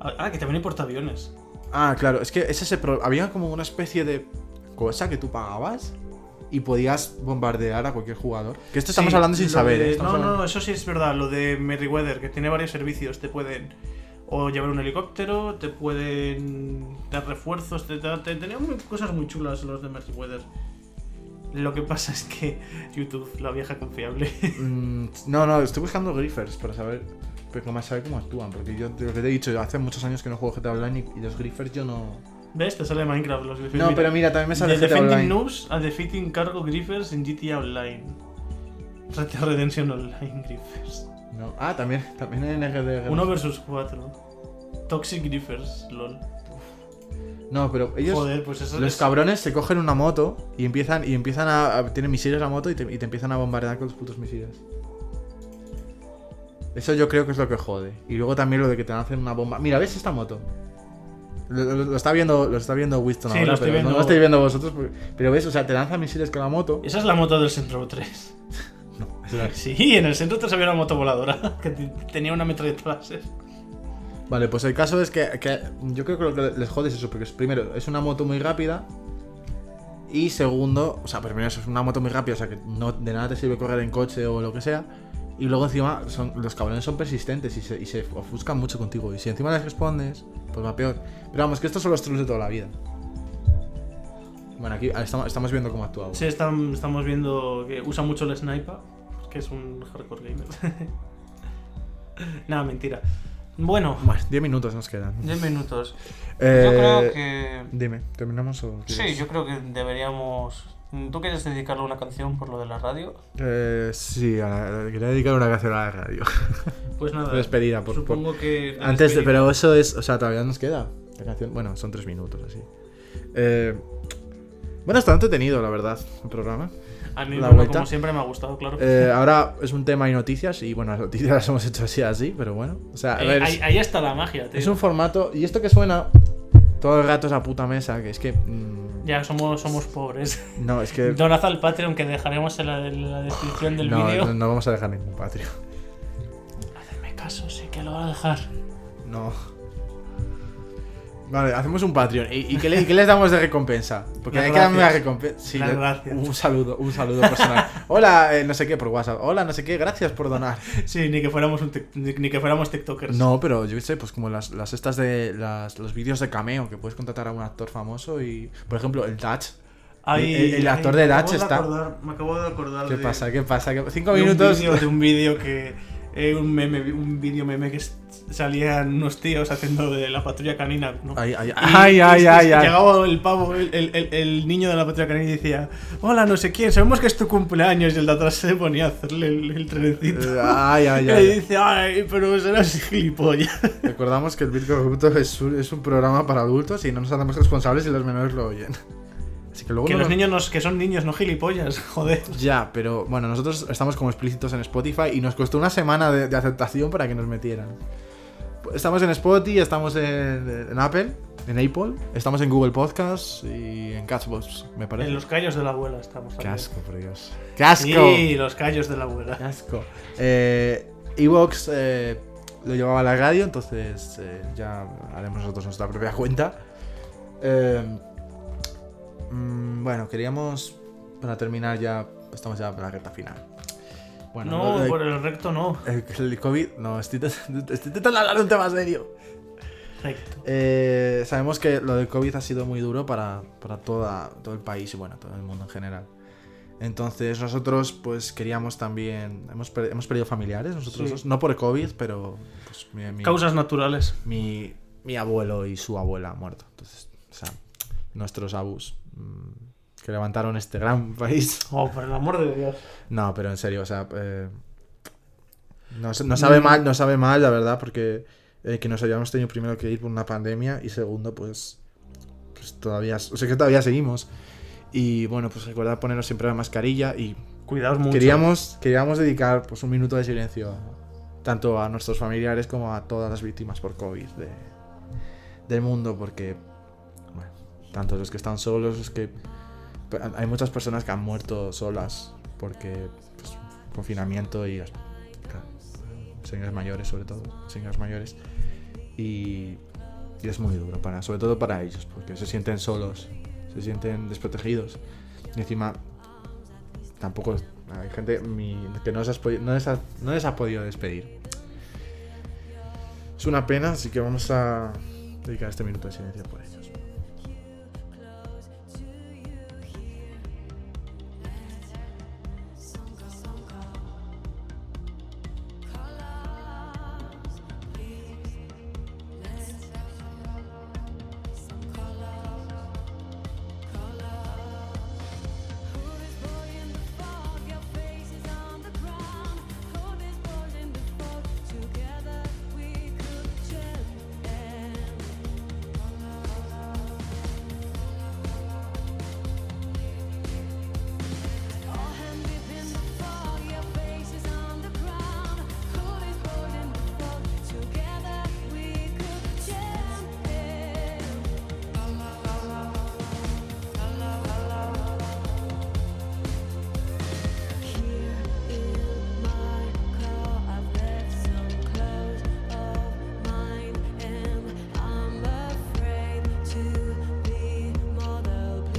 Ah, que también hay portaaviones. Ah, claro, es que es ese pro- Había como una especie de cosa que tú pagabas y podías bombardear a cualquier jugador. Que esto estamos Sí, hablando sin lo saber, de- eh, no, estamos hablando- no, no, eso sí es verdad. Lo de Merryweather, que tiene varios servicios. Te pueden o llevar un helicóptero, te pueden dar refuerzos. Te, te- te- tenían muy- cosas muy chulas los de Merryweather. Lo que pasa es que YouTube, la vieja confiable. Mm, No, no, estoy buscando griffers para saber, pero como saber cómo actúan, porque yo de lo que te he dicho, hace muchos años que no juego GTA Online y, y los griffers yo no. ¿Ves? Te sale Minecraft los griffers. No, pero mira, también me sale The GTA Defending Online. Noobs a Defeating Cargo Griffers en GTA Online. Red Dead Redemption Online Griffers. No. Ah, también, también en RDR. 1 versus 4. Toxic Griffers, lol. No, pero ellos Joder, pues eso los es- cabrones se cogen una moto y empiezan y empiezan a, a- tienen misiles la moto y te, y te empiezan a bombardear con los putos misiles. Eso yo creo que es lo que jode. Y luego también lo de que te hacen una bomba. Mira, ¿ves esta moto? Lo, lo- lo está viendo, lo está viendo Winston Sí, ahora, lo estoy pero no viendo. lo estáis viendo vosotros. porque- pero ves, o sea, te lanza misiles con la moto. Esa es la moto del Centro 3. No, Sí, en el Centro 3 había una moto voladora que te- tenía una metralleta láser. Vale, pues el caso es que, que yo creo que lo que les jode es eso, porque es, primero, es una moto muy rápida. Y segundo, o sea, primero eso es una moto muy rápida, o sea que no, de nada te sirve correr en coche o lo que sea. Y luego encima son, los cabrones son persistentes y se, y se ofuscan mucho contigo. Y si encima les respondes, pues va peor. Pero vamos, que estos son los trucos de toda la vida. Bueno, aquí estamos, estamos viendo cómo actúa. Sí, están- estamos viendo que usa mucho el sniper, que es un hardcore gamer. Nada, mentira. Bueno, 10 minutos nos quedan. 10 minutos. Eh, Yo creo que. Dime, ¿terminamos o Sí, quieres? yo creo que deberíamos. ¿Tú quieres dedicarle una canción por lo de la radio? Eh, sí, a la- quería dedicar una canción a la radio. Pues nada. Despedida, por- Supongo que. Antes de, despedida. pero eso es, o sea, todavía nos queda. La canción, bueno, son tres minutos así. Eh, bueno, está entretenido, la verdad, el programa. A mí, la bueno, vuelta. como siempre, me ha gustado, claro. Eh, ahora es un tema y noticias, y bueno, las noticias las hemos hecho así, así, pero bueno. O sea, a Eh, ver, ahí, es, ahí está la magia, tío. es un formato, y esto que suena todo el rato es la puta mesa, que es que. mm, Ya somos, somos pobres. No, es que. Donad al Patreon que dejaremos en la, en la descripción del Eh, No, vídeo. no, no vamos a dejar ningún Patreon. Hazme caso, sé que lo va a dejar. No. Vale, hacemos un Patreon. ¿Y, y qué, le- y qué les damos de recompensa? Porque Las hay que darme una gracias. recompensa. Sí, Las le- gracias. Un saludo, un saludo personal. Hola, eh, no sé qué, por WhatsApp. Hola, no sé qué, gracias por donar. Sí, ni que fuéramos, un tic- ni, ni que fuéramos TikTokers. No, pero yo qué sé, pues como las, las estas de las- los vídeos de cameo, que puedes contratar a un actor famoso y, por ejemplo, el Dutch. Ay, El- el actor ay, me de Dutch acabo está- acordar- me acabo de acordar ¿Qué de- pasa? ¿Qué pasa? ¿Qué- Cinco de un minutos. vídeo- de un vídeo que. eh, un meme, un vídeo meme que s- salían unos tíos haciendo de la patrulla canina. ¿no? Ay, ay, Y- ay, y- ay, y- ay, ay. Llegaba el pavo, el, el- el- el niño de la patrulla canina y decía: Hola, no sé quién, sabemos que es tu cumpleaños. Y el de atrás se ponía a hacerle el, el trenecito. Ay, Eh, ay, y ay. dice: Ay, pero serás gilipollas. Recordamos que el Bill Corrupto es un, es un programa para adultos y no nos hacemos responsables si los menores lo oyen. Así que luego que no los nos- niños nos- que son niños, no gilipollas, joder. Ya, pero bueno, nosotros estamos como explícitos en Spotify y nos costó una semana de, de aceptación para que nos metieran. Estamos en Spotify, estamos en, en Apple, en Apple, estamos en Google Podcasts y en Catchbox, me parece. En los callos de la abuela estamos. Qué también. asco, por Dios. ¡Qué asco! Sí, los callos de la ¡Qué abuela. asco! Eh, Evox eh, lo llevaba la radio, entonces eh, ya haremos nosotros nuestra propia cuenta. Eh, mm, bueno, queríamos, para terminar ya, estamos ya en la recta final. No, eh, por el recto no. el, el COVID, no, estoy int- estoy intentando hablar de un tema serio. Recto. Eh, sabemos que lo del COVID ha sido muy duro para, para toda, todo el país y bueno, todo el mundo en general. Entonces nosotros pues queríamos también, hemos, per- hemos perdido familiares nosotros Sí. dos, no por COVID, pero pues, mi, mi- Causas naturales. mi- mi abuelo y su abuela han muerto. Entonces, o sea, nuestros abus mm, que levantaron este gran país. Oh, por el amor de Dios. No, pero en serio, o sea, eh, no, se- no sabe mal, no sabe mal, la verdad, porque eh, que nos habíamos tenido primero que ir por una pandemia y segundo, pues, pues todavía, o sea, que todavía seguimos. Y bueno, pues recordad poneros siempre la mascarilla y Cuidaos mucho. queríamos, queríamos dedicar pues un minuto de silencio tanto a nuestros familiares como a todas las víctimas por COVID de- del mundo, porque, bueno, tanto los que están solos, los que... pe- Hay muchas personas que han muerto solas porque pues, confinamiento y las- claro, señores mayores sobre todo, señores mayores. Y, y es muy duro, para, sobre todo para ellos, porque se sienten solos, se sienten desprotegidos. Y encima, tampoco hay gente mi- que no les, has podi- no, les has- no les ha podido despedir. Es una pena, así que vamos a dedicar este minuto de silencio por ellos.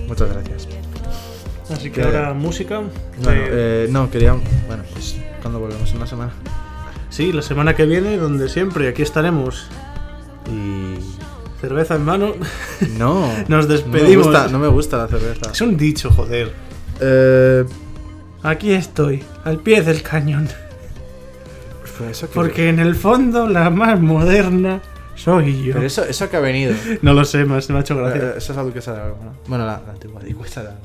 Muchas gracias. Así que que- ahora música. Bueno, Eh, eh, no, quería. Bueno, pues cuando volvemos en una semana. Sí, la semana que viene, donde siempre, aquí estaremos. Y. Cerveza en mano. No. Nos No me despedimos. gusta, no me gusta la cerveza. Es un dicho, joder. Eh, Aquí estoy, al pie del cañón. pero eso que- Porque en el fondo la más moderna soy yo. Pero eso, eso que ha venido. No lo sé, me ha me ha hecho gracia. Eh, Eso es la duquesa de Alba, ¿no? Bueno, la, la antigua duquesa de Alba.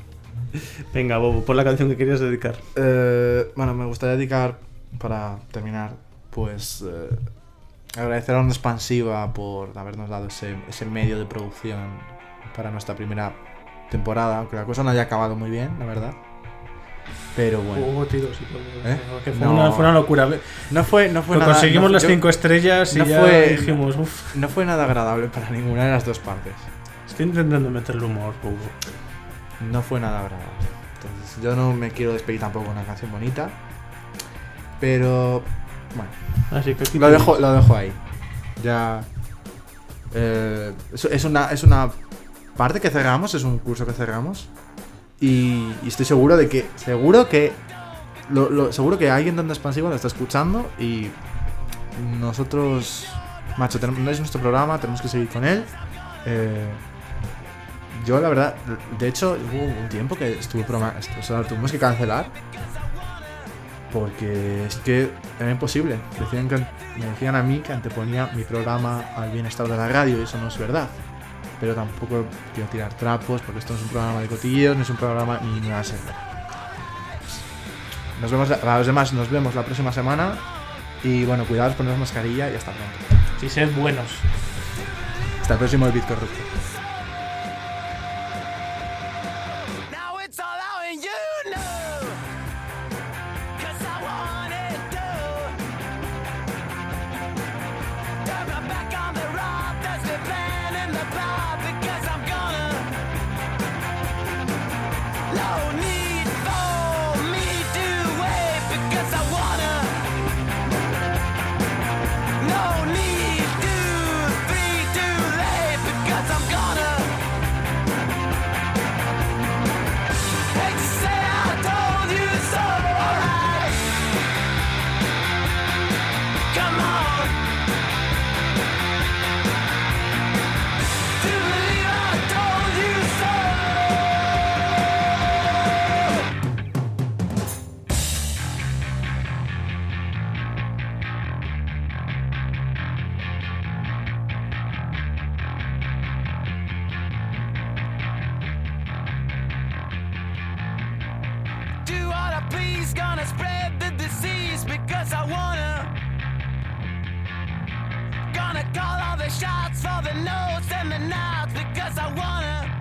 Venga, Bobo, pon la canción que querías dedicar. Eh, bueno, me gustaría dedicar, para terminar, pues eh, agradecer a Onda Expansiva por habernos dado ese, ese medio de producción para nuestra primera temporada, aunque la cosa no haya acabado muy bien, la verdad. Pero bueno. Hubo tiros y todo. ¿Eh? Que fue, No. una, fue una locura. No fue, no fue Lo nada- conseguimos no- las yo- 5 estrellas y no ya fue- dijimos, uff, No fue nada agradable para ninguna de las dos partes. estoy intentando meterle humor, Bobo. no fue nada agradable. Entonces, yo no me quiero despedir tampoco con una canción bonita. Pero, bueno, Así que aquí lo tenéis. dejo, lo dejo ahí. Ya. eh, es, es una, es una parte que cerramos, es un curso que cerramos. Y, y estoy seguro de que. Seguro que. lo- lo- seguro que alguien de Onda Expansiva lo está escuchando y. Nosotros. Macho, tenemos, no es nuestro programa, tenemos que seguir con él. Eh, yo, la verdad, de hecho, hubo un tiempo que estuve programa- o sea, lo tuvimos que cancelar. Porque es que era imposible. Decían que, me decían a mí que anteponía mi programa al bienestar de la radio, y eso no es verdad. Pero tampoco quiero tirar trapos, porque esto no es un programa de cotilleos, no es un programa ni ni va a ser. Nos vemos, la- a los demás nos vemos la próxima semana. Y bueno, cuidados, poneros mascarilla y hasta pronto. Si sed buenos. Hasta el próximo Bit Corrupto. Now it's all out and you know. Cause I want it to. Turn my back on the rock that's been banned in the pub because I'm gonna. No need for me to wait because I wanna. No need to be too late because I'm gonna. Hate to say I told you so, alright. Come on. To believe I told you so. Do what I please, gonna spread the disease because I wanna. Gonna call all the shots for the notes and the nods because I wanna.